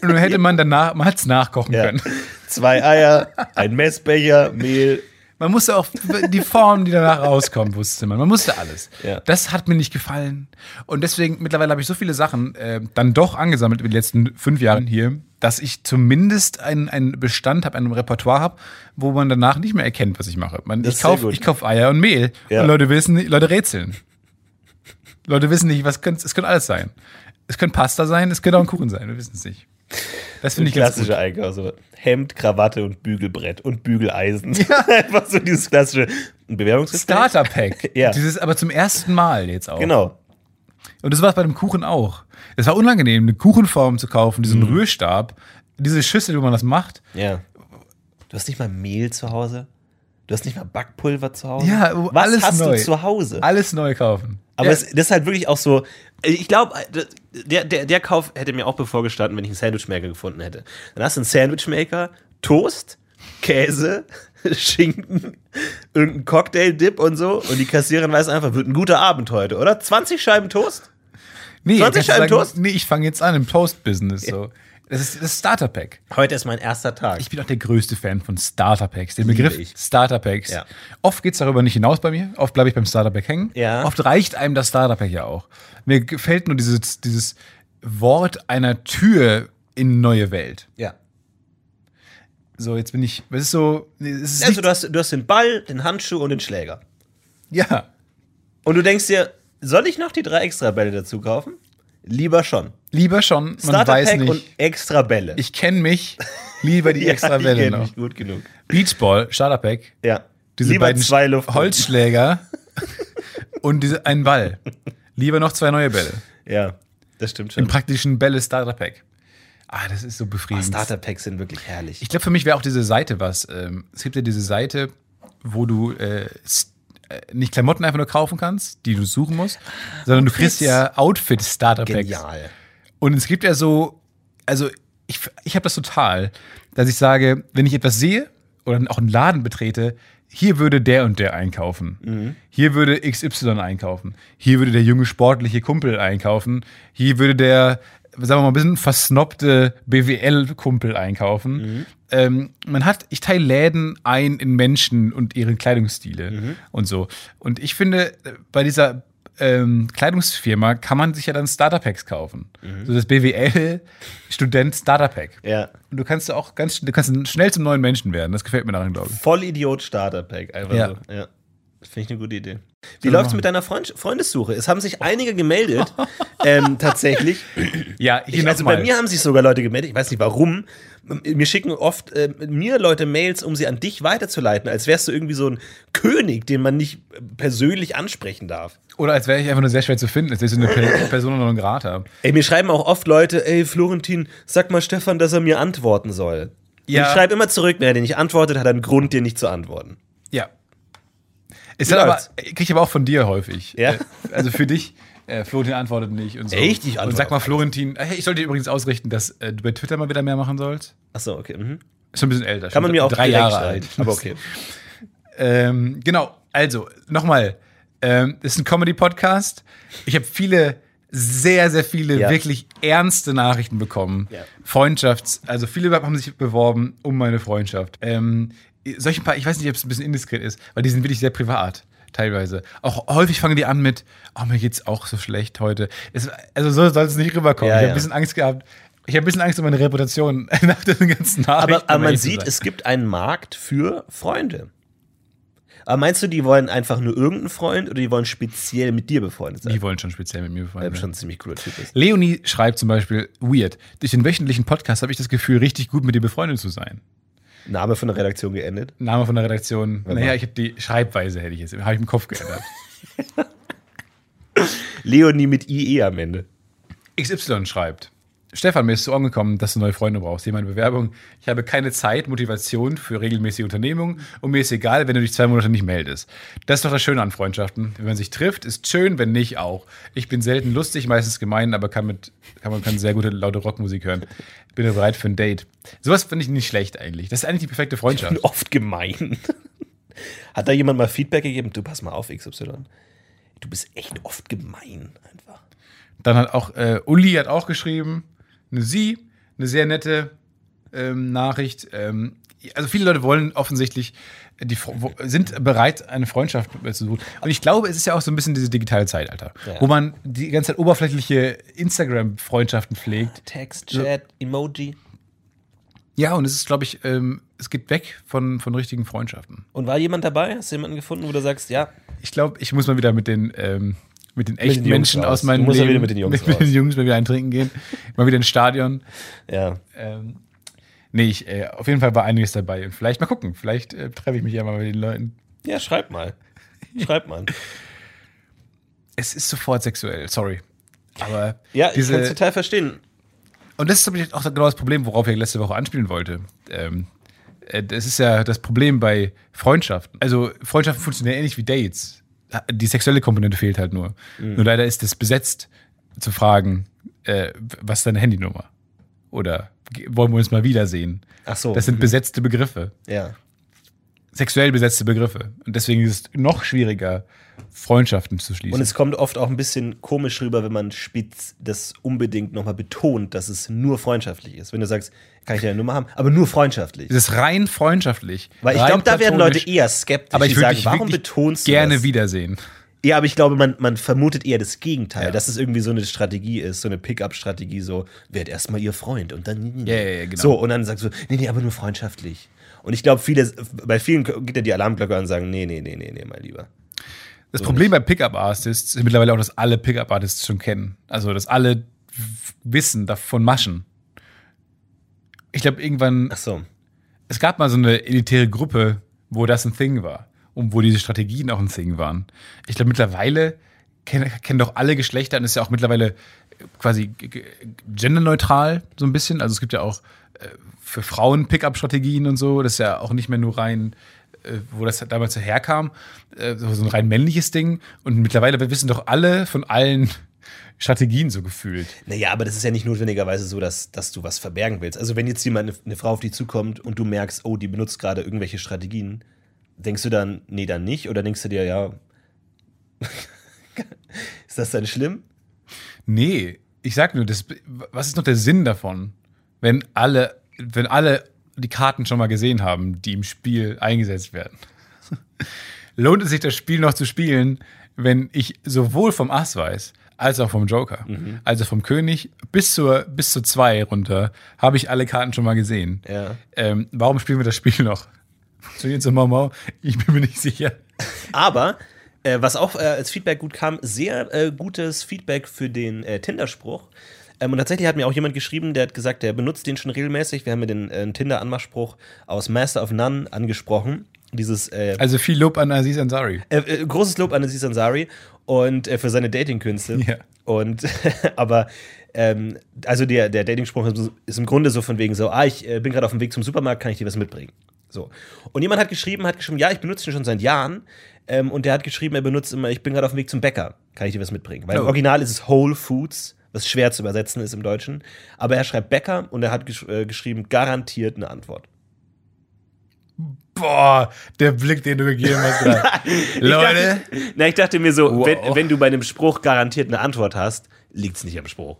[SPEAKER 2] und dann hätte man danach, man hat es nachkochen
[SPEAKER 3] Ja.
[SPEAKER 2] können.
[SPEAKER 3] Zwei Eier, ein Messbecher, Mehl.
[SPEAKER 2] Man musste auch die Form, die danach rauskommt, wusste man. Man musste alles.
[SPEAKER 3] Ja.
[SPEAKER 2] Das hat mir nicht gefallen. Und deswegen, mittlerweile habe ich so viele Sachen äh, dann doch angesammelt über die letzten fünf Jahren hier, dass ich zumindest einen, einen Bestand habe, ein Repertoire habe, wo man danach nicht mehr erkennt, was ich mache. Man,
[SPEAKER 3] Das
[SPEAKER 2] ich
[SPEAKER 3] ist sehr
[SPEAKER 2] kaufe
[SPEAKER 3] gut.
[SPEAKER 2] ich kauf Eier und Mehl.
[SPEAKER 3] Ja.
[SPEAKER 2] Und Leute wissen, Leute rätseln. Leute wissen nicht, was könnte, es könnte alles sein. Es könnte Pasta sein, es könnte auch ein Kuchen sein, wir wissen es nicht. Das finde ich ganz gut.
[SPEAKER 3] Klassische Einkauf. So Hemd, Krawatte und Bügelbrett und Bügeleisen. Einfach so dieses klassische Bewerbungsgespräch.
[SPEAKER 2] Starter Pack.
[SPEAKER 3] Ja.
[SPEAKER 2] Dieses aber zum ersten Mal jetzt auch.
[SPEAKER 3] Genau.
[SPEAKER 2] Und das war es bei dem Kuchen auch. Es war unangenehm, eine Kuchenform zu kaufen, diesen Rührstab, diese Schüssel, wo man das macht.
[SPEAKER 3] Ja. Du hast nicht mal Mehl zu Hause? Du hast nicht mal Backpulver zu Hause?
[SPEAKER 2] Ja, wo-
[SPEAKER 3] Was
[SPEAKER 2] alles
[SPEAKER 3] hast
[SPEAKER 2] neu.
[SPEAKER 3] du zu Hause?
[SPEAKER 2] Alles neu kaufen.
[SPEAKER 3] Aber
[SPEAKER 2] ja.
[SPEAKER 3] es, das ist halt wirklich auch so. Äh, Ich glaube, der, der, der Kauf hätte mir auch bevorgestanden, wenn ich einen Sandwichmaker gefunden hätte. Dann hast du einen Sandwichmaker, Toast, Käse, Schinken, irgendeinen Cocktail-Dip und so. Und die Kassiererin weiß einfach, wird ein guter Abend heute, oder? 20 Scheiben Toast?
[SPEAKER 2] nee,
[SPEAKER 3] 20
[SPEAKER 2] kannst du
[SPEAKER 3] Scheiben
[SPEAKER 2] sagen,
[SPEAKER 3] Toast?
[SPEAKER 2] Nee, ich fange jetzt an im Toast-Business. So. Das ist das Starter-Pack.
[SPEAKER 3] Heute ist mein erster Tag.
[SPEAKER 2] Ich bin auch der größte Fan von Starter-Packs. Den Begriff
[SPEAKER 3] ich.
[SPEAKER 2] Starter-Packs.
[SPEAKER 3] Ja.
[SPEAKER 2] Oft geht es darüber nicht hinaus bei mir. Oft bleibe ich beim Starter-Pack hängen.
[SPEAKER 3] Ja.
[SPEAKER 2] Oft reicht einem das Starter-Pack ja auch. Mir gefällt nur dieses, dieses Wort einer Tür in eine neue Welt.
[SPEAKER 3] ja.
[SPEAKER 2] So, jetzt bin ich. Es ist so. Es ist
[SPEAKER 3] Also,
[SPEAKER 2] nicht,
[SPEAKER 3] du hast, du hast den Ball, den Handschuh und den Schläger.
[SPEAKER 2] ja.
[SPEAKER 3] Und du denkst dir, soll ich noch die drei extra Bälle dazu kaufen? Lieber schon.
[SPEAKER 2] Lieber schon, man weiß
[SPEAKER 3] Starter-Pack
[SPEAKER 2] nicht.
[SPEAKER 3] und extra Bälle.
[SPEAKER 2] ich kenne mich, lieber die extra
[SPEAKER 3] die
[SPEAKER 2] Welle
[SPEAKER 3] kennen
[SPEAKER 2] noch.
[SPEAKER 3] mich gut genug.
[SPEAKER 2] Beachball, Starterpack,
[SPEAKER 3] Ja.
[SPEAKER 2] diese
[SPEAKER 3] Lieber
[SPEAKER 2] beiden
[SPEAKER 3] zwei Luft.
[SPEAKER 2] Holzschläger und diese, einen Ball. Lieber noch zwei neue Bälle.
[SPEAKER 3] Ja, das stimmt
[SPEAKER 2] Im
[SPEAKER 3] schon.
[SPEAKER 2] praktischen Bälle Starterpack. Ah, das ist so befriedigend.
[SPEAKER 3] Starter-Packs sind wirklich herrlich.
[SPEAKER 2] Ich glaube, für mich wäre auch diese Seite was. Ähm, es gibt ja diese Seite, wo du äh, s- äh, nicht Klamotten einfach nur kaufen kannst, die du suchen musst, sondern du kriegst ja Outfit-Starter-Packs.
[SPEAKER 3] Genial.
[SPEAKER 2] Und es gibt ja so, also ich, ich habe das total, dass ich sage, wenn ich etwas sehe oder auch einen Laden betrete, hier würde der und der einkaufen. Hier würde XY einkaufen. Hier würde der junge sportliche Kumpel einkaufen. Hier würde der, sagen wir mal, ein bisschen versnobte BWL-Kumpel einkaufen. Ähm, man hat, ich teile Läden ein in Menschen und ihren Kleidungsstile und so. Und ich finde, bei dieser ähm, Kleidungsfirma kann man sich ja dann Starterpacks kaufen.
[SPEAKER 3] Mhm.
[SPEAKER 2] So das BWL Student Starterpack.
[SPEAKER 3] Ja.
[SPEAKER 2] Und du kannst ja auch ganz schn- du kannst schnell zum neuen Menschen werden. Das gefällt mir daran, glaube ich.
[SPEAKER 3] Vollidiot Starter-Pack, einfach
[SPEAKER 2] Ja.
[SPEAKER 3] so. Ja. Finde ich eine gute Idee. Wie läuft's
[SPEAKER 2] machen.
[SPEAKER 3] mit deiner Freund Freundessuche? Es haben sich einige gemeldet, ähm, tatsächlich.
[SPEAKER 2] Ja, hier
[SPEAKER 3] Ich, also bei mir haben sich sogar Leute gemeldet, ich weiß nicht warum. Mir schicken oft äh, mir Leute Mails, um sie an dich weiterzuleiten, als wärst du irgendwie so ein König, den man nicht äh, persönlich ansprechen darf.
[SPEAKER 2] Oder als wäre ich einfach nur sehr schwer zu finden, als wäre ich so eine Per- Persona non grata.
[SPEAKER 3] Ey, mir schreiben auch oft Leute, ey, Florentin, sag mal Stefan, dass er mir antworten soll.
[SPEAKER 2] Ja.
[SPEAKER 3] Und ich schreibe immer zurück, wenn er dir nicht antwortet, hat er einen Grund, dir nicht zu antworten.
[SPEAKER 2] Ja. Ist
[SPEAKER 3] Wie
[SPEAKER 2] dann aber,
[SPEAKER 3] läuft's?
[SPEAKER 2] krieg ich aber auch von dir häufig.
[SPEAKER 3] Ja?
[SPEAKER 2] Äh, Also für dich. Äh, Florentin antwortet nicht und so.
[SPEAKER 3] Echt? Ich
[SPEAKER 2] und
[SPEAKER 3] antworte
[SPEAKER 2] sag mal, Florentin, äh, ich sollte dir übrigens ausrichten, dass äh, du bei Twitter mal wieder mehr machen sollst.
[SPEAKER 3] Achso, okay. Mhm.
[SPEAKER 2] Ist schon ein bisschen älter.
[SPEAKER 3] Kann man mir auch
[SPEAKER 2] drei
[SPEAKER 3] direkt
[SPEAKER 2] Jahre
[SPEAKER 3] schreiben,
[SPEAKER 2] alt.
[SPEAKER 3] Aber okay.
[SPEAKER 2] Ähm, genau, also nochmal, ähm, ist ein Comedy-Podcast. Ich habe viele, sehr, sehr viele
[SPEAKER 3] Ja.
[SPEAKER 2] wirklich ernste Nachrichten bekommen.
[SPEAKER 3] Ja.
[SPEAKER 2] Freundschafts-, also viele haben sich beworben um meine Freundschaft. Ähm, solche paar, ich weiß nicht, ob es ein bisschen indiskret ist, weil die sind wirklich sehr privat. Teilweise. Auch häufig fangen die an mit, oh, mir geht's auch so schlecht heute. Es, also so soll es nicht rüberkommen.
[SPEAKER 3] Ja,
[SPEAKER 2] ich habe
[SPEAKER 3] ja.
[SPEAKER 2] ein bisschen Angst gehabt. Ich habe ein bisschen Angst um meine Reputation nach den ganzen Nachrichten.
[SPEAKER 3] Aber, aber
[SPEAKER 2] um
[SPEAKER 3] man
[SPEAKER 2] ehrlich zu
[SPEAKER 3] sieht,
[SPEAKER 2] sein.
[SPEAKER 3] es gibt einen Markt für Freunde. Aber meinst du, die wollen einfach nur irgendeinen Freund oder die wollen speziell mit dir befreundet sein?
[SPEAKER 2] Die wollen schon speziell mit mir befreundet
[SPEAKER 3] Weil du
[SPEAKER 2] sein.
[SPEAKER 3] schon ein ziemlich cooler Typ bist.
[SPEAKER 2] Leonie schreibt zum Beispiel, weird, durch den wöchentlichen Podcast habe ich das Gefühl, richtig gut mit dir befreundet zu sein.
[SPEAKER 3] Name von der Redaktion geendet.
[SPEAKER 2] Name von der Redaktion, naja,
[SPEAKER 3] mal.
[SPEAKER 2] ich habe die Schreibweise, hätte ich jetzt, habe ich im Kopf geändert.
[SPEAKER 3] Leonie mit IE am Ende.
[SPEAKER 2] XY schreibt, Stefan, mir ist zu Ohren gekommen, dass du neue Freunde brauchst. Hier meine Bewerbung, ich habe keine Zeit, Motivation für regelmäßige Unternehmungen und mir ist egal, wenn du dich zwei Monate nicht meldest. Das ist doch das Schöne an Freundschaften. Wenn man sich trifft, ist schön, wenn nicht auch. Ich bin selten lustig, meistens gemein, aber kann, mit, kann man kann sehr gute laute Rockmusik hören. Bin bereit für ein Date. Sowas finde ich nicht schlecht eigentlich. Das ist eigentlich die perfekte Freundschaft.
[SPEAKER 3] Oft gemein. Hat da jemand mal Feedback gegeben? Du pass mal auf, XY. Du bist echt oft gemein einfach.
[SPEAKER 2] Dann hat auch äh, Uli hat auch geschrieben, eine Sie, eine sehr nette ähm, Nachricht. Ähm, also viele Leute wollen offensichtlich, äh, die Fre- wo- sind bereit, eine Freundschaft äh, zu suchen. Und ich glaube, es ist ja auch so ein bisschen dieses digitale Zeitalter,
[SPEAKER 3] Ja.
[SPEAKER 2] wo man die ganze Zeit oberflächliche Instagram-Freundschaften pflegt.
[SPEAKER 3] Text, Chat, Emoji.
[SPEAKER 2] Ja, und es ist, glaube ich, ähm, es geht weg von, von richtigen Freundschaften.
[SPEAKER 3] Und war jemand dabei? Hast du jemanden gefunden, wo du sagst, ja,
[SPEAKER 2] Ich glaube, ich muss mal wieder mit den, ähm, mit den echten
[SPEAKER 3] den Jungs
[SPEAKER 2] Menschen
[SPEAKER 3] raus.
[SPEAKER 2] aus meinem
[SPEAKER 3] Du musst ja
[SPEAKER 2] Leben,
[SPEAKER 3] wieder mit den Jungs
[SPEAKER 2] mit den
[SPEAKER 3] raus.
[SPEAKER 2] Jungs mal wieder einen trinken gehen, mal wieder ins Stadion.
[SPEAKER 3] ja,
[SPEAKER 2] Ähm, nee, ich, äh, auf jeden Fall war einiges dabei. Und vielleicht mal gucken. Vielleicht äh, treffe ich mich ja mal mit den Leuten.
[SPEAKER 3] ja, schreib mal. Schreib mal.
[SPEAKER 2] Es ist sofort sexuell, sorry. Aber
[SPEAKER 3] Ja, ich kann es
[SPEAKER 2] diese.
[SPEAKER 3] total verstehen.
[SPEAKER 2] Und das ist natürlich auch genau das Problem, worauf ich letzte Woche anspielen wollte. Ähm, äh, das ist ja das Problem bei Freundschaften. Also, Freundschaften funktionieren ähnlich wie Dates. Die sexuelle Komponente fehlt halt nur.
[SPEAKER 3] Mhm.
[SPEAKER 2] Nur leider ist es besetzt, zu fragen, äh, was ist deine Handynummer? Oder ge- wollen wir uns mal wiedersehen?
[SPEAKER 3] Ach so.
[SPEAKER 2] Das sind besetzte Begriffe.
[SPEAKER 3] ja.
[SPEAKER 2] sexuell besetzte Begriffe. Und deswegen ist es noch schwieriger, Freundschaften zu
[SPEAKER 3] Und
[SPEAKER 2] schließen.
[SPEAKER 3] es kommt oft auch ein bisschen komisch rüber, wenn man spitz das unbedingt nochmal betont, dass es nur freundschaftlich ist. Wenn du sagst, kann ich deine Nummer haben, aber nur freundschaftlich.
[SPEAKER 2] es ist rein freundschaftlich.
[SPEAKER 3] Weil ich
[SPEAKER 2] rein
[SPEAKER 3] glaube, da werden Leute
[SPEAKER 2] platonisch.
[SPEAKER 3] eher skeptisch.
[SPEAKER 2] aber
[SPEAKER 3] die
[SPEAKER 2] ich würde dich
[SPEAKER 3] sagen, warum
[SPEAKER 2] wirklich
[SPEAKER 3] betonst du
[SPEAKER 2] gerne
[SPEAKER 3] das?
[SPEAKER 2] wiedersehen.
[SPEAKER 3] Ja, aber ich glaube, man, man vermutet eher das Gegenteil,
[SPEAKER 2] Ja.
[SPEAKER 3] dass es irgendwie so eine Strategie ist, so eine Pickup-Strategie, so, werd erstmal ihr Freund und dann.
[SPEAKER 2] Ja, ja, ja, genau.
[SPEAKER 3] So, und dann sagst du, nee, nee, aber nur freundschaftlich. Und ich glaube, viele, bei vielen geht ja die Alarmglocke an und sagen, nee, nee, nee, nee, nee, mein Lieber.
[SPEAKER 2] Das Problem bei Pickup-Artists ist mittlerweile auch, dass alle Pickup-Artists schon kennen. Also, dass alle w- wissen davon Maschen. Ich glaube, irgendwann,
[SPEAKER 3] Ach so.
[SPEAKER 2] es gab mal so eine elitäre Gruppe, wo das ein Thing war und wo diese Strategien auch ein Thing waren. Ich glaube, mittlerweile kennen, kennen doch alle Geschlechter und ist ja auch mittlerweile quasi g- g- genderneutral so ein bisschen. Also es gibt ja auch äh, für Frauen Pickup-Strategien und so. Das ist ja auch nicht mehr nur rein, äh, wo das damals so herkam, äh, so so ein rein männliches Ding. Und mittlerweile wissen doch alle von allen Strategien so gefühlt.
[SPEAKER 3] Naja, aber das ist ja nicht notwendigerweise so, dass, dass du was verbergen willst. Also, wenn jetzt jemand, eine Frau auf dich zukommt und du merkst, oh, die benutzt gerade irgendwelche Strategien, denkst du dann, nee, dann nicht? Oder denkst du dir, ja, ist das dann schlimm?
[SPEAKER 2] Nee, ich sag nur, das, was ist noch der Sinn davon, wenn alle, wenn alle die Karten schon mal gesehen haben, die im Spiel eingesetzt werden? Lohnt es sich, das Spiel noch zu spielen, wenn ich sowohl vom Ass weiß, als auch vom Joker, also vom König bis zur, bis zu zwei runter, habe ich alle Karten schon mal gesehen.
[SPEAKER 3] Ja.
[SPEAKER 2] Ähm, warum spielen wir das Spiel noch? Funktioniert so mau, mau? Ich bin mir nicht sicher.
[SPEAKER 3] Aber äh, was auch äh, als Feedback gut kam, sehr äh, gutes Feedback für den äh, Tinder-Spruch. Ähm, und tatsächlich hat mir auch jemand geschrieben, der hat gesagt, der benutzt den schon regelmäßig. Wir haben ja den äh, Tinder-Anmachspruch aus Master of None angesprochen. Dieses äh,
[SPEAKER 2] Also viel Lob an Aziz Ansari.
[SPEAKER 3] äh, äh, großes Lob an Aziz Ansari und äh, für seine Datingkünste.
[SPEAKER 2] Ja.
[SPEAKER 3] Und aber ähm, also der, der Datingspruch ist- ist im Grunde so von wegen so, ah, ich äh, bin gerade auf dem Weg zum Supermarkt, kann ich dir was mitbringen? So. Und jemand hat geschrieben, hat geschrieben, ja, ich benutze den schon seit Jahren. Ähm, und der hat geschrieben, er benutzt immer, ich bin gerade auf dem Weg zum Bäcker, kann ich dir was mitbringen? Weil im
[SPEAKER 2] Oh.
[SPEAKER 3] Original ist es Whole Foods, was schwer zu übersetzen ist im Deutschen. Aber er schreibt Bäcker und er hat gesch äh, geschrieben, garantiert eine Antwort.
[SPEAKER 2] Boah, der Blick, den du gegeben hast. da. Leute.
[SPEAKER 3] Ich dachte, na, ich dachte mir so,
[SPEAKER 2] Wow.
[SPEAKER 3] wenn, wenn du bei einem Spruch garantiert eine Antwort hast, liegt's nicht am Spruch.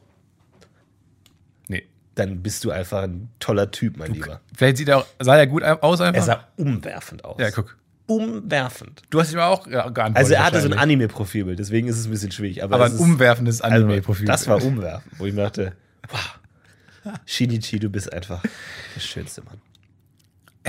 [SPEAKER 2] Nee.
[SPEAKER 3] Dann bist du einfach ein toller Typ, mein Lieber.
[SPEAKER 2] Vielleicht sieht er auch, sah er gut aus einfach.
[SPEAKER 3] Er sah umwerfend aus.
[SPEAKER 2] ja, guck.
[SPEAKER 3] Umwerfend.
[SPEAKER 2] Du hast ihm auch ja, geantwortet.
[SPEAKER 3] Also er hatte so ein
[SPEAKER 2] wahrscheinlich.
[SPEAKER 3] Anime-Profilbild, deswegen ist es ein bisschen schwierig. Aber,
[SPEAKER 2] aber
[SPEAKER 3] es
[SPEAKER 2] ein
[SPEAKER 3] ist,
[SPEAKER 2] umwerfendes
[SPEAKER 3] also,
[SPEAKER 2] Anime-Profil.
[SPEAKER 3] Das war umwerfend, wo ich mir dachte, wow, Shinichi, du bist einfach der schönste Mann.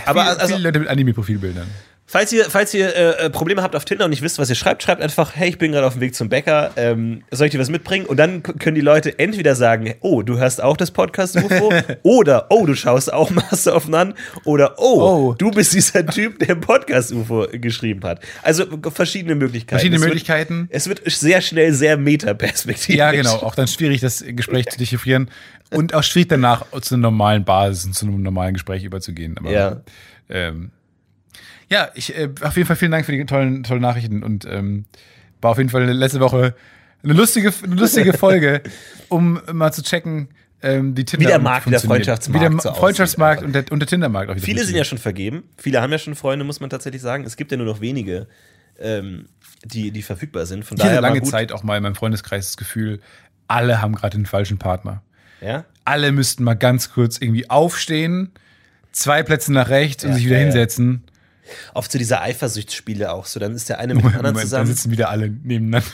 [SPEAKER 2] aber
[SPEAKER 3] Aber
[SPEAKER 2] viele,
[SPEAKER 3] also,
[SPEAKER 2] viele Leute mit Anime-Profilbildern.
[SPEAKER 3] Falls ihr, falls ihr äh, äh, Probleme habt auf Tinder und nicht wisst, was ihr schreibt, schreibt einfach, hey, ich bin gerade auf dem Weg zum Bäcker, ähm, soll ich dir was mitbringen? Und dann k- können die Leute entweder sagen, oh, du hörst auch das Podcast UFO, oder oh, du schaust auch Master of None, oder oh,
[SPEAKER 2] Oh.
[SPEAKER 3] du bist dieser Typ, der Podcast UFO geschrieben hat. Also g- verschiedene Möglichkeiten.
[SPEAKER 2] Verschiedene
[SPEAKER 3] es
[SPEAKER 2] Möglichkeiten.
[SPEAKER 3] Wird, es wird sehr schnell sehr metaperspektivisch.
[SPEAKER 2] Ja, genau. Auch dann schwierig, das Gespräch zu dechiffrieren. Und auch schwierig danach zu einer normalen Basis und zu einem normalen Gespräch überzugehen. Aber,
[SPEAKER 3] Ja.
[SPEAKER 2] Ähm, ja, ich, äh, auf jeden Fall vielen Dank für die tollen, tollen Nachrichten. Und ähm, war auf jeden Fall letzte Woche eine lustige, eine lustige Folge, um mal zu checken, ähm, die Tinder
[SPEAKER 3] Wie der Markt, der
[SPEAKER 2] funktioniert.
[SPEAKER 3] Freundschaftsmarkt
[SPEAKER 2] Wie der
[SPEAKER 3] so aussieht
[SPEAKER 2] Freundschaftsmarkt
[SPEAKER 3] einfach.
[SPEAKER 2] und der, und der Tindermarkt. Auch wieder
[SPEAKER 3] Viele sind
[SPEAKER 2] funktioniert.
[SPEAKER 3] ja schon vergeben, viele haben ja schon Freunde, muss man tatsächlich sagen. Es gibt ja nur noch wenige, ähm, die, die verfügbar sind. Von
[SPEAKER 2] Ich hatte
[SPEAKER 3] daher war
[SPEAKER 2] lange
[SPEAKER 3] gut.
[SPEAKER 2] Zeit auch mal in meinem Freundeskreis das Gefühl, alle haben gerade den falschen Partner.
[SPEAKER 3] Ja?
[SPEAKER 2] Alle müssten mal ganz kurz irgendwie aufstehen, zwei Plätze nach rechts und
[SPEAKER 3] Ja,
[SPEAKER 2] sich wieder
[SPEAKER 3] ja, ja.
[SPEAKER 2] hinsetzen.
[SPEAKER 3] oft so diese Eifersuchtsspiele auch so. Dann ist der eine mit dem anderen
[SPEAKER 2] dann
[SPEAKER 3] zusammen.
[SPEAKER 2] sitzen wieder alle nebeneinander.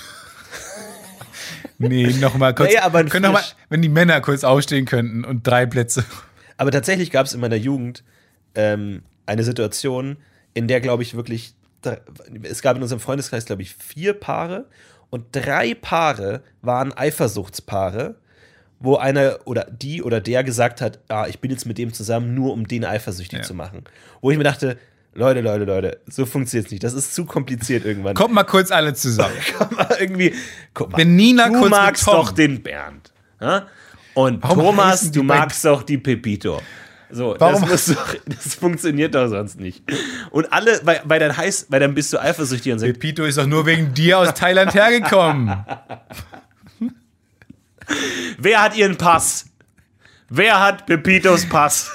[SPEAKER 2] nee, nochmal kurz.
[SPEAKER 3] Naja, aber ein
[SPEAKER 2] können noch mal,
[SPEAKER 3] frisch-
[SPEAKER 2] wenn die Männer kurz aufstehen könnten und drei Plätze.
[SPEAKER 3] Aber tatsächlich gab es in meiner Jugend ähm, eine Situation, in der, glaube ich, wirklich, dr- es gab in unserem Freundeskreis, glaube ich, vier Paare und drei Paare waren Eifersuchtspaare, wo einer oder die oder der gesagt hat, ah, ich bin jetzt mit dem zusammen, nur um den eifersüchtig
[SPEAKER 2] Ja.
[SPEAKER 3] zu machen. Wo ich mir dachte, Leute, Leute, Leute, so funktioniert's nicht. Das ist zu kompliziert irgendwann.
[SPEAKER 2] Kommt mal kurz alle zusammen.
[SPEAKER 3] Komm mal irgendwie, guck mal.
[SPEAKER 2] Wenn Nina
[SPEAKER 3] Oh du
[SPEAKER 2] kurz mit
[SPEAKER 3] magst
[SPEAKER 2] Tom-
[SPEAKER 3] doch den Bernd. Ja? Und
[SPEAKER 2] Warum
[SPEAKER 3] Thomas,
[SPEAKER 2] heißen die
[SPEAKER 3] du
[SPEAKER 2] beiden-
[SPEAKER 3] magst doch die Pepito. So,
[SPEAKER 2] Warum-
[SPEAKER 3] Das, muss doch, das funktioniert doch sonst nicht. Und alle, weil, weil dann heißt, weil dann bist du eifersüchtig und sagst,
[SPEAKER 2] Pepito ist doch nur wegen dir aus Thailand hergekommen.
[SPEAKER 3] wer hat ihren Pass? Wer hat Pepitos Pass?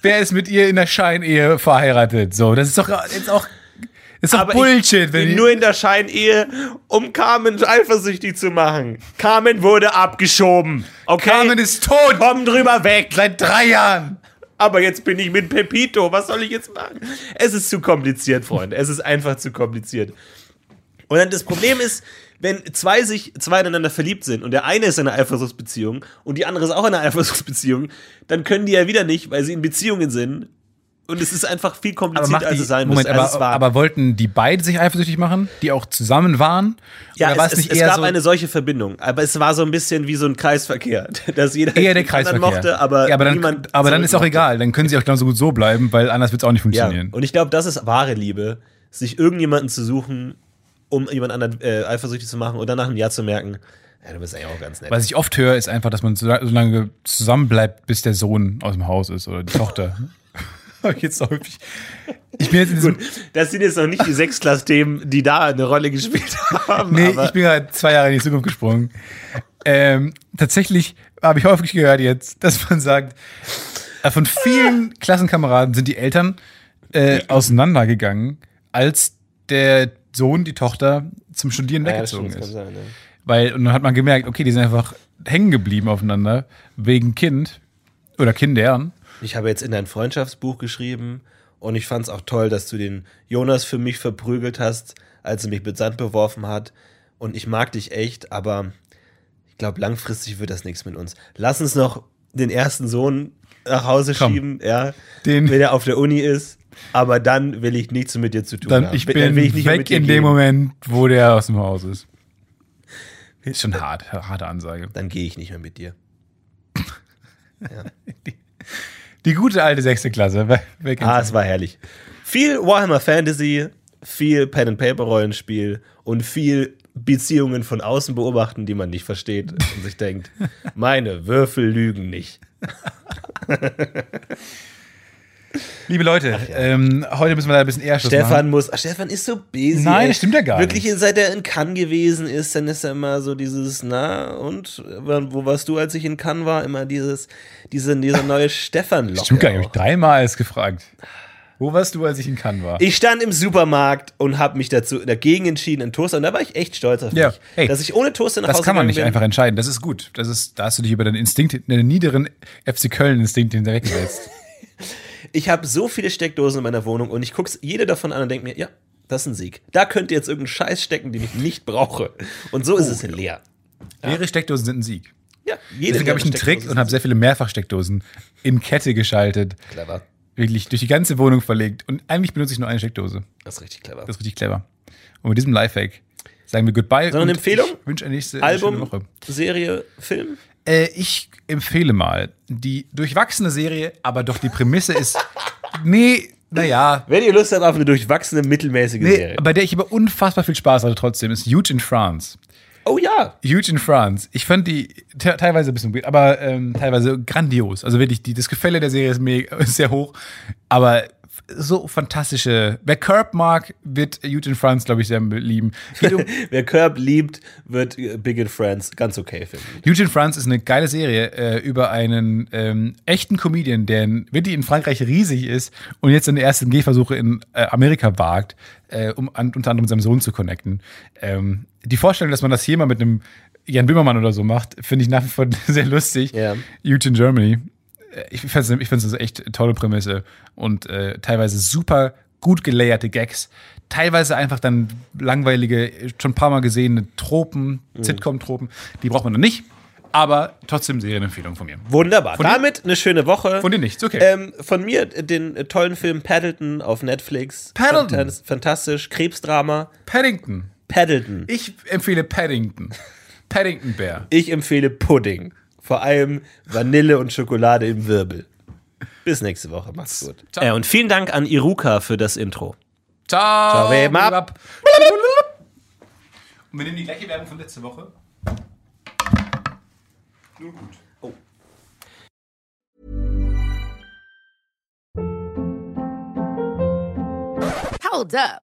[SPEAKER 2] Wer ist mit ihr in der Scheinehe verheiratet? So, das ist doch jetzt auch. Ist doch
[SPEAKER 3] Aber ich
[SPEAKER 2] Bullshit, wenn
[SPEAKER 3] bin
[SPEAKER 2] die-
[SPEAKER 3] nur in der Scheinehe, um Carmen eifersüchtig zu machen. Carmen wurde abgeschoben. Okay?
[SPEAKER 2] Carmen ist tot
[SPEAKER 3] Komm drüber weg.
[SPEAKER 2] seit drei Jahren.
[SPEAKER 3] Aber jetzt bin ich mit Pepito. Was soll ich jetzt machen? Es ist zu kompliziert, Freunde. Es ist einfach zu kompliziert. Und dann das Problem ist, wenn zwei sich zwei ineinander verliebt sind und der eine ist in einer Eifersuchtsbeziehung und die andere ist auch in einer Eifersuchtsbeziehung, dann können die ja wieder nicht, weil sie in Beziehungen sind. Und es ist einfach viel komplizierter, als es also sein
[SPEAKER 2] Moment,
[SPEAKER 3] muss. als
[SPEAKER 2] aber,
[SPEAKER 3] es war.
[SPEAKER 2] aber wollten die beide sich eifersüchtig machen, die auch zusammen waren?
[SPEAKER 3] ja,
[SPEAKER 2] Oder war
[SPEAKER 3] es, es, es gab eine solche Verbindung. Aber es war so ein bisschen wie so ein Kreisverkehr, dass jeder
[SPEAKER 2] eher der
[SPEAKER 3] den anderen
[SPEAKER 2] Kreisverkehr?
[SPEAKER 3] mochte, aber,
[SPEAKER 2] ja, aber dann,
[SPEAKER 3] niemand
[SPEAKER 2] aber dann ist auch
[SPEAKER 3] zurückmochte.
[SPEAKER 2] egal. Dann können sie auch genauso gut so bleiben, weil anders wird es auch nicht
[SPEAKER 3] Ja,
[SPEAKER 2] funktionieren.
[SPEAKER 3] und ich glaube, das ist wahre Liebe, sich irgendjemanden zu suchen, um jemand anderen äh, eifersüchtig zu machen und dann nach einem Jahr zu merken, ja, du bist eigentlich auch ganz nett.
[SPEAKER 2] Was ich oft höre, ist einfach, dass man so la- so lange zusammenbleibt, bis der Sohn aus dem Haus ist oder die Tochter. Hab ich jetzt häufig. Ich bin jetzt in diesem,
[SPEAKER 3] Das sind jetzt noch nicht die Sechsklass-Themen, die da eine Rolle gespielt haben.
[SPEAKER 2] Nee,
[SPEAKER 3] aber
[SPEAKER 2] ich bin gerade zwei Jahre in die Zukunft gesprungen. Ähm, tatsächlich habe ich häufig gehört jetzt, dass man sagt, äh, von vielen Klassenkameraden sind die Eltern äh, auseinandergegangen, als der Sohn, die Tochter zum Studieren
[SPEAKER 3] ja, das
[SPEAKER 2] weggezogen
[SPEAKER 3] stimmt, das kann
[SPEAKER 2] ist.
[SPEAKER 3] sein, ja.
[SPEAKER 2] Weil, und dann hat man gemerkt, okay, die sind einfach hängen geblieben aufeinander, wegen Kind oder Kindern.
[SPEAKER 3] Ich habe jetzt in dein Freundschaftsbuch geschrieben und ich fand es auch toll, dass du den Jonas für mich verprügelt hast, als er mich mit Sand beworfen hat. Und ich mag dich echt, aber ich glaube, langfristig wird das nichts mit uns. Lass uns noch den ersten Sohn nach Hause
[SPEAKER 2] Komm.
[SPEAKER 3] schieben, ja,
[SPEAKER 2] Den-
[SPEAKER 3] wenn er auf der Uni ist. Aber dann will ich nichts mit dir zu tun
[SPEAKER 2] Dann,
[SPEAKER 3] haben.
[SPEAKER 2] ich
[SPEAKER 3] Dann
[SPEAKER 2] bin
[SPEAKER 3] will ich nicht mehr mit
[SPEAKER 2] weg
[SPEAKER 3] dir
[SPEAKER 2] in dem
[SPEAKER 3] gehen.
[SPEAKER 2] Moment, wo der aus dem Haus ist. Ist schon hart, harte Ansage.
[SPEAKER 3] Dann gehe ich nicht mehr mit dir.
[SPEAKER 2] Die gute alte sechste Klasse. Wer, wer kennt's
[SPEAKER 3] Ah,
[SPEAKER 2] nicht?
[SPEAKER 3] es war herrlich. Viel Warhammer Fantasy, viel Pen and Paper Rollenspiel und viel Beziehungen von außen beobachten, die man nicht versteht und sich denkt, meine Würfel lügen nicht.
[SPEAKER 2] Liebe Leute, ähm, heute müssen wir da ein bisschen eher Schluss machen.
[SPEAKER 3] Stefan muss, ach, Stefan ist so busy.
[SPEAKER 2] Nein,
[SPEAKER 3] ey.
[SPEAKER 2] das stimmt ja gar
[SPEAKER 3] Wirklich,
[SPEAKER 2] nicht.
[SPEAKER 3] seit er in Cannes gewesen ist, dann ist er immer so dieses, na und, wann- wo warst du, als ich in Cannes war? Immer dieses, diese, dieser neue stefan
[SPEAKER 2] Das Stimmt gar nicht, ich hab mich dreimal erst gefragt. Wo warst du, als ich in Cannes war?
[SPEAKER 3] Ich stand im Supermarkt und habe mich dazu dagegen entschieden, einen Toaster. Und da war ich echt stolz auf mich,
[SPEAKER 2] Ja, hey,
[SPEAKER 3] dass ich ohne Toaster nach
[SPEAKER 2] das
[SPEAKER 3] Hause
[SPEAKER 2] kann man
[SPEAKER 3] gegangen
[SPEAKER 2] nicht
[SPEAKER 3] bin.
[SPEAKER 2] einfach entscheiden. Das ist gut. Das ist, da hast du dich über deinen Instinkt, deinen niederen FC Köln-Instinkt hinweggesetzt.
[SPEAKER 3] Ich habe so viele Steckdosen in meiner Wohnung und ich gucke jede davon an und denke mir, ja, das ist ein Sieg. Da könnte jetzt irgendein Scheiß stecken, den ich nicht brauche. Und so ist es leer.
[SPEAKER 2] Leere Steckdosen sind ein Sieg.
[SPEAKER 3] Ja, jede
[SPEAKER 2] Deswegen habe ich einen
[SPEAKER 3] leere
[SPEAKER 2] Trick
[SPEAKER 3] Steckdose
[SPEAKER 2] und habe
[SPEAKER 3] ist
[SPEAKER 2] sehr viele Mehrfachsteckdosen in Kette geschaltet.
[SPEAKER 3] clever.
[SPEAKER 2] Wirklich durch die ganze Wohnung verlegt. Und eigentlich benutze ich nur eine Steckdose.
[SPEAKER 3] Das ist richtig clever.
[SPEAKER 2] Das ist richtig clever. Und mit diesem Lifehack sagen wir Goodbye.
[SPEAKER 3] So, eine
[SPEAKER 2] und
[SPEAKER 3] Empfehlung?
[SPEAKER 2] Ich wünsche eine nächste eine schöne
[SPEAKER 3] Album,
[SPEAKER 2] Woche.
[SPEAKER 3] Serie, Film.
[SPEAKER 2] Äh, ich empfehle mal die durchwachsene Serie, aber doch die Prämisse ist. Nee, naja.
[SPEAKER 3] Wenn ihr Lust habt auf eine durchwachsene, mittelmäßige
[SPEAKER 2] Nee,
[SPEAKER 3] Serie.
[SPEAKER 2] bei der ich aber unfassbar viel Spaß hatte trotzdem, ist Huge in France.
[SPEAKER 3] Oh ja,
[SPEAKER 2] Huge in France. Ich fand die te teilweise ein bisschen weird, aber ähm, teilweise grandios. Also wirklich, die, das Gefälle der Serie ist, mega, ist sehr hoch, aber so fantastische. Wer Curb mag, wird Huge in France, glaube ich, sehr lieben. Geht um
[SPEAKER 3] wer Curb liebt, wird äh, Big in Friends ganz okay finden.
[SPEAKER 2] Eugene France ist eine geile Serie äh, über einen ähm, echten Comedian, der in, wirklich in Frankreich riesig ist und jetzt seine ersten Gehversuche in äh, Amerika wagt, äh, um an, unter anderem seinem Sohn zu connecten. Ähm, die Vorstellung, dass man das hier mal mit einem Jan Böhmermann oder so macht, finde ich nach wie vor sehr lustig.
[SPEAKER 3] Ja.
[SPEAKER 2] Eugene Germany. Äh, Ich find's, ich find's eine echt tolle Prämisse und äh, teilweise super gut gelayerte Gags. Teilweise einfach dann langweilige, schon ein paar Mal gesehene Tropen,
[SPEAKER 3] Mhm.
[SPEAKER 2] Sitcom-Tropen. Die braucht man dann nicht. Aber trotzdem Serienempfehlung von mir.
[SPEAKER 3] Wunderbar.
[SPEAKER 2] Von dir-
[SPEAKER 3] Damit eine schöne Woche.
[SPEAKER 2] Von dir nichts, okay.
[SPEAKER 3] Ähm, von mir äh, den äh, tollen Film Paddleton auf Netflix.
[SPEAKER 2] Paddleton?
[SPEAKER 3] Fantas- Fantastisch. Krebsdrama.
[SPEAKER 2] Paddington.
[SPEAKER 3] Paddleton.
[SPEAKER 2] Ich empfehle Paddington. Paddington Bear.
[SPEAKER 3] Ich empfehle Pudding. Vor allem Vanille und Schokolade im Wirbel. Bis nächste Woche. Macht's gut.
[SPEAKER 2] Ciao.
[SPEAKER 4] Äh, und vielen Dank an Iruka für das Intro.
[SPEAKER 2] Ciao.
[SPEAKER 3] Ciao, wem ab.
[SPEAKER 2] Und wir nehmen die gleiche Werbung von letzte Woche. Nun gut.
[SPEAKER 5] Hold up.